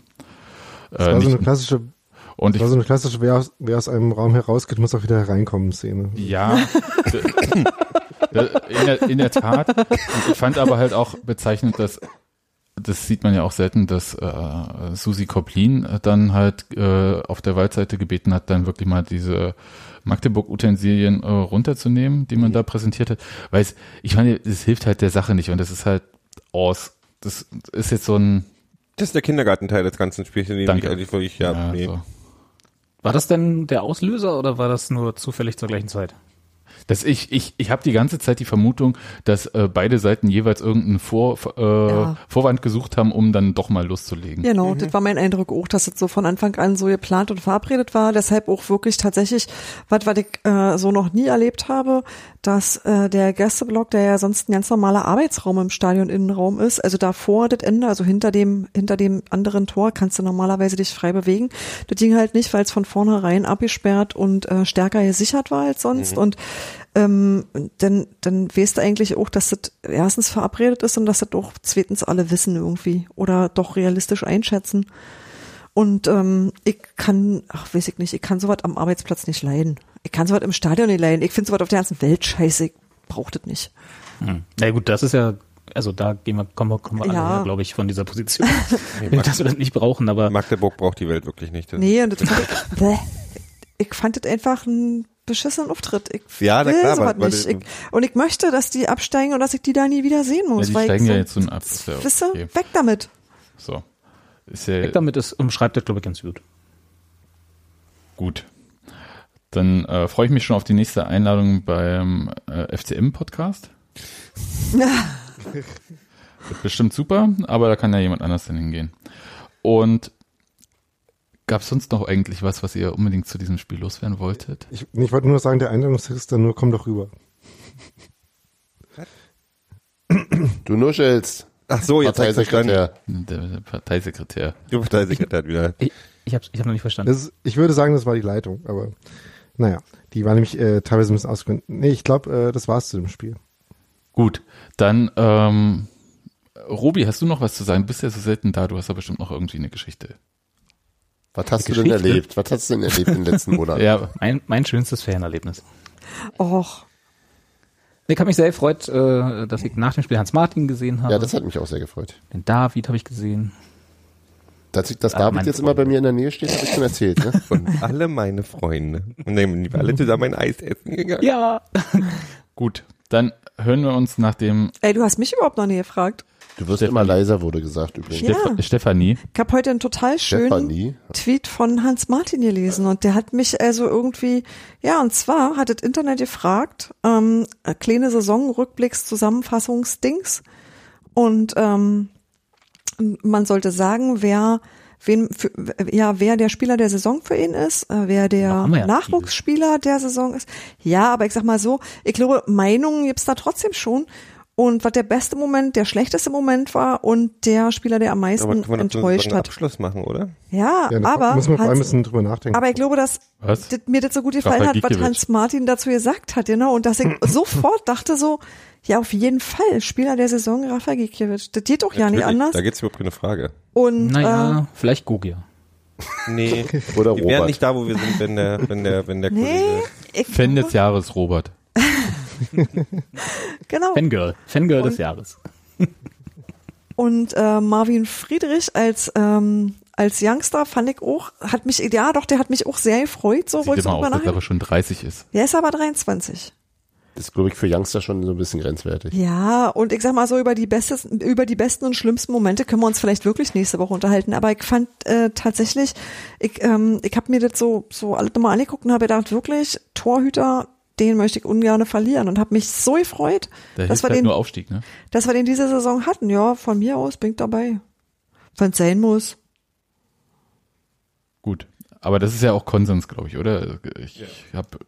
äh, Das war so eine nicht, klassische, und das ich war so eine klassische, wer aus, wer aus einem Raum herausgeht, muss auch wieder hereinkommen Szene. ja Äh, in der, in der Tat. Und Ich fand aber halt auch bezeichnend, dass das sieht man ja auch selten, dass äh, Susi Koplin dann halt äh, auf der Waldseite gebeten hat, dann wirklich mal diese Magdeburg-Utensilien äh, runterzunehmen, die man da präsentiert hat. Weil es, ich meine, es hilft halt der Sache nicht und das ist halt aus. Das ist jetzt so ein das ist der Kindergartenteil des ganzen Spielchen, den Danke. ich eigentlich wirklich, ja, nee. so. war das denn der Auslöser oder war das nur zufällig zur gleichen Zeit? Das ich ich, ich habe die ganze Zeit die Vermutung, dass äh, beide Seiten jeweils irgendeinen Vor, äh, Ja. Vorwand gesucht haben, um dann doch mal loszulegen. Genau, das war mein Eindruck auch, dass es so von Anfang an so geplant und verabredet war. Deshalb auch wirklich tatsächlich, was, was ich äh, so noch nie erlebt habe, dass äh, der Gästeblock, der ja sonst ein ganz normaler Arbeitsraum im Stadioninnenraum ist, also davor das Ende, also hinter dem, hinter dem anderen Tor kannst du normalerweise dich frei bewegen. Das ging halt nicht, weil es von vornherein abgesperrt und äh, stärker gesichert war als sonst. Und ähm, dann, dann weißt du eigentlich auch, dass das erstens verabredet ist und dass das auch zweitens alle wissen irgendwie oder doch realistisch einschätzen. Und ähm, ich kann, ach, weiß ich nicht, ich kann sowas am Arbeitsplatz nicht leiden. Ich kann sowas im Stadion nicht leiden. Ich finde sowas auf der ganzen Welt scheiße. Ich brauch das nicht. Hm. Na gut, das ist ja, also da gehen wir, kommen wir, kommen wir alle Ja. her, glaube ich, von dieser Position. dass wir das nicht brauchen, aber Magdeburg braucht die Welt wirklich nicht. Das- Nee, und das fand ich, bäh. ich fand das einfach einen beschissenen Auftritt. Ich Ja, na will klar, sowas weil- weil- nicht. Ich, und ich möchte, dass die absteigen und dass ich die da nie wieder sehen Ja, muss. die weil steigen ich ja so- jetzt so ab. Ist ja Wisst ihr, okay. weg damit. So. Ist ja weg damit ist, umschreibt das, glaube ich, ganz gut. gut. Dann äh, freue ich mich schon auf die nächste Einladung beim äh, FCM-Podcast. Wird bestimmt super, aber da kann ja jemand anders dann hingehen. Und gab es sonst noch eigentlich was, was ihr unbedingt zu diesem Spiel loswerden wolltet? Ich, ich wollte nur sagen, der Einladungstext dann nur, komm doch rüber. Du nuschelst. Ach so, Oh, jetzt habe ich verstanden. Parteisekretär. Der, der Parteisekretär. Du Parteisekretär hat wieder. Ich, ich habe ich hab noch nicht verstanden. Das ist, ich würde sagen, das war die Leitung, aber naja, die war nämlich äh, teilweise ein bisschen ausgegründet. Nee, ich glaube, äh, das war's zu dem Spiel. Gut, dann ähm, Robi, hast du noch was zu sagen? Du Bist ja so selten da, du hast ja bestimmt noch irgendwie eine Geschichte. Was hast du denn Geschichte. erlebt? Was hast du denn erlebt in den letzten Monaten? Ja, Mein, mein schönstes Ferienerlebnis. Och, Ich habe mich sehr gefreut, äh, dass ich nach dem Spiel Hans Martin gesehen habe. ja, das hat mich auch sehr gefreut. den David habe ich gesehen. Dass, ich, dass Ah, David meine jetzt immer bei Freunde. mir in der Nähe steht, habe ich schon erzählt. Ne? Und alle meine Freunde. Und dann sind wir alle zusammen ein Eis essen gegangen. Ja. gut. Dann hören wir uns nach dem ey, du hast mich überhaupt noch nie gefragt. Du wirst immer leiser, wurde gesagt übrigens. Ja. Steph Stefanie. Ich habe heute einen total schönen Stefanie? Tweet von Hans Martin gelesen und der hat mich also irgendwie, ja, und zwar hat das Internet gefragt, ähm, kleine Saisonrückblicks, Zusammenfassungsdings und ähm, man sollte sagen, wer wen für, ja, wer der Spieler der Saison für ihn ist, äh, wer Da der haben wir ja Nachwuchsspieler der Saison ist. Ja, aber ich sag mal so, ich glaube, Meinungen gibt's da trotzdem schon. Und was der beste Moment, der schlechteste Moment war und der Spieler, der am meisten kann man doch so enttäuscht einen hat. Abschluss machen, oder? Ja, Ja, da aber, müssen wir vor allem ein Hans, bisschen drüber nachdenken. aber ich glaube, dass Was? das, mir das so gut Rafael gefallen hat, was Gikiewicz. Hans Martin dazu gesagt hat, genau, und dass ich sofort dachte so, ja, auf jeden Fall, Spieler der Saison, Rafa Gikiewicz. Das geht doch ja nicht Natürlich, anders. Da geht's überhaupt keine Frage. Und äh, Naja, vielleicht Gogia. Nee. Oder Wir wären Robert. nicht da, wo wir sind, wenn der, wenn der, wenn der nee, ich Fan des Jahres, Robert. genau. Fangirl. Fangirl des Jahres. Und äh, Marvin Friedrich als ähm, als Youngster fand ich auch, hat mich, ja doch, der hat mich auch sehr gefreut, so wo Sieht ich immer so aus, drüber dass er aber nachdenke. schon 30 ist. Der ist aber 23. Das ist, glaube ich, für Youngster schon so ein bisschen grenzwertig. Ja, und ich sag mal so, über die, besten, über die besten und schlimmsten Momente können wir uns vielleicht wirklich nächste Woche unterhalten. Aber ich fand äh, tatsächlich, ich, ähm, ich habe mir das so, so alles nochmal angeguckt und habe gedacht, wirklich, Torhüter, den möchte ich ungern verlieren und habe mich so gefreut, Da dass hilft wir, halt den, nur Aufstieg, ne? dass wir den diese Saison hatten. Ja, von mir aus bin ich dabei. Wenn es sein muss. Gut. Aber das ist ja auch Konsens, glaube ich, oder? Ich habe,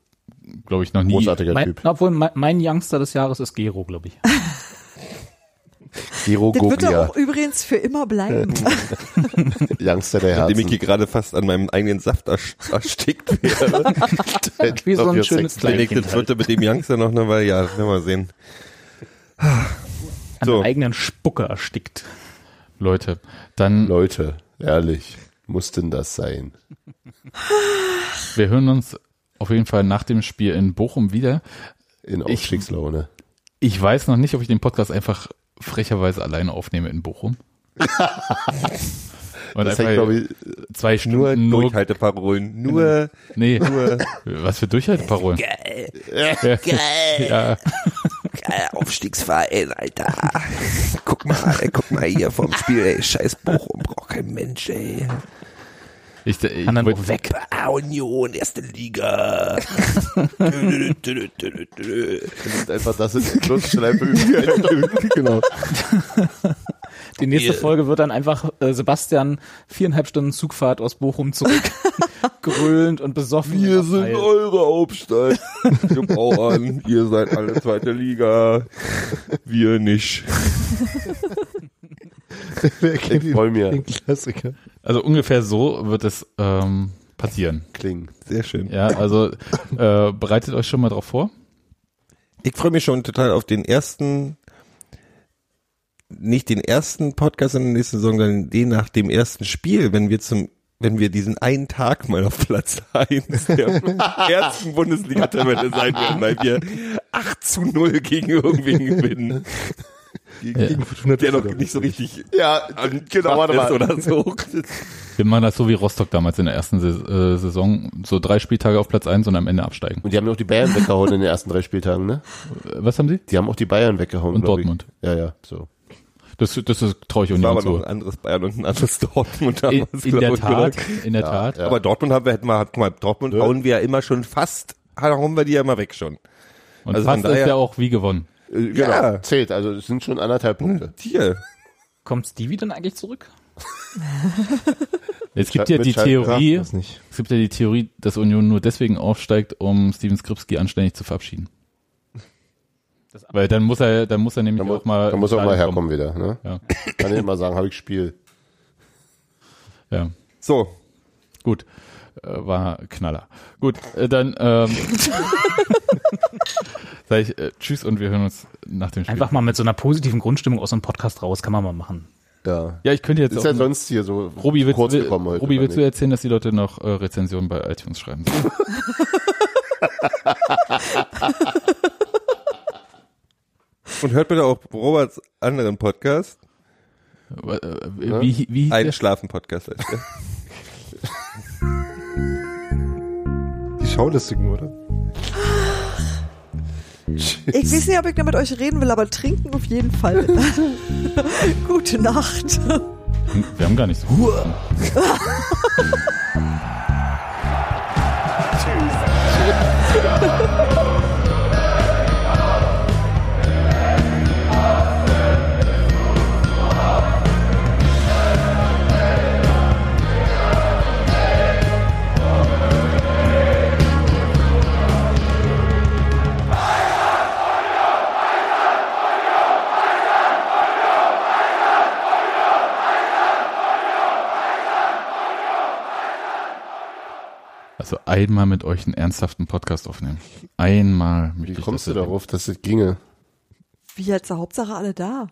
glaube ich, noch nie. Großartiger Mein, Typ. obwohl, mein, mein Youngster des Jahres ist Gero, glaube ich. Giro Das wird Goglia, doch auch übrigens für immer bleiben. Youngster der Dem ich hier Herzen. gerade fast an meinem eigenen Saft ersch- erstickt wäre. Wie so Ob ein ihr schönes Sex- Klinik, Kleinkind das halt. wird mit dem Youngster noch eine Weile, ja, werden wir sehen. An So. der eigenen Spucke erstickt. Leute, dann, Leute, ehrlich, muss denn das sein? wir hören uns auf jeden Fall nach dem Spiel in Bochum wieder. In Ich- Aufstiegslaune. Ich weiß noch nicht, ob ich den Podcast einfach frecherweise alleine aufnehme in Bochum. Und Das einfach hängt, glaube ich, zwei Stunden Nur, nur, Durchhalteparolen, nur, nee, was für Durchhalteparolen. Ja, Äh, Aufstiegsverein, Alter. guck mal, ey, guck mal hier vom Spiel, ey. Scheiß Bochum braucht kein Mensch, ey. Ich, ich Kann dann wollt- auch weg. Union, erste Liga. ist einfach das ist Schleife üben. genau. Die nächste Ihr- Folge wird dann einfach äh, Sebastian viereinhalb Stunden Zugfahrt aus Bochum zurück, grölend und besoffen. Wir in der sind Pfeil. eure Hauptstadt. Wir Bauern, ihr seid alle zweite Liga. Wir nicht. Wer kennt Ich freu den, mir. den Klassiker? Also ungefähr so wird es ähm, passieren. Klingen. Sehr schön. Ja, also äh, bereitet euch schon mal drauf vor. Ich freue mich schon total auf den ersten, nicht den ersten Podcast in der nächsten Saison, sondern den nach dem ersten Spiel, wenn wir zum wenn wir diesen einen Tag mal auf Platz 1 der ersten Bundesliga-Tabelle sein werden, weil wir 8 zu 0 gegen irgendwen gewinnen, Gegen Fortuna der noch Düsseldorf. nicht so richtig Ja, genau, warte ist mal. oder so. Wir machen das so wie Rostock damals in der ersten Sa äh, Saison. So drei Spieltage auf Platz eins und am Ende absteigen. Und die haben noch die Bayern weggehauen in den ersten drei Spieltagen, ne? Äh, Was haben sie? Die haben auch die Bayern weggehauen. Und glaub ich. Dortmund. Ja, ja, so. Das, das, das traue ich Das war Union aber noch ein zu. anderes Bayern und ein anderes Dortmund. In, damals, in der glaub ich, oder? Tat, in der Tat. ja. Aber Dortmund haben wir, hätten wir, guck mal, Dortmund Ja. hauen wir ja immer schon fast, hauen wir die ja immer weg schon. Und Also fast von daher- ist ja auch wie gewonnen. Äh, Genau, Ja. zählt. Also es sind schon anderthalb Punkte. Hier. Kommt Stevie dann eigentlich zurück? Es gibt Scha- ja mit die Schalke Theorie, Das nicht. es gibt ja die Theorie, dass Union nur deswegen aufsteigt, um Steven Skripski anständig zu verabschieden. Weil dann muss er, dann muss er nämlich Da muss, auch mal. da muss auch ins mal Stadion kommen. herkommen wieder. Ne? Ja. Kann ich mal sagen, habe ich Spiel. Ja. So. Gut. Äh, War Knaller. Gut, äh, dann ähm, sage ich äh, Tschüss und wir hören uns nach dem Spiel. Einfach mal mit so einer positiven Grundstimmung aus dem Podcast raus, kann man mal machen. Ja. Ja, ich könnte jetzt Ist auch. ja sonst hier so Robi, willst, kurz will, gekommen heute. Robi, willst du fand erzählen, dass die Leute noch äh, Rezensionen bei iTunes schreiben? sollen? Und hört bitte auch Roberts anderen Podcast, Aber, äh, wie, wie hieß der? Einschlafen-Podcast. heißt der. Die Schaulustigen, oder? Ich weiß nicht, ob ich damit euch reden will, aber trinken auf jeden Fall. Gute Nacht. Hm, Wir haben gar nicht so. Also einmal mit euch einen ernsthaften Podcast aufnehmen. Einmal. Wie möchte ich kommst du das erleben. darauf, dass es ginge? Wie jetzt, Hauptsache alle da.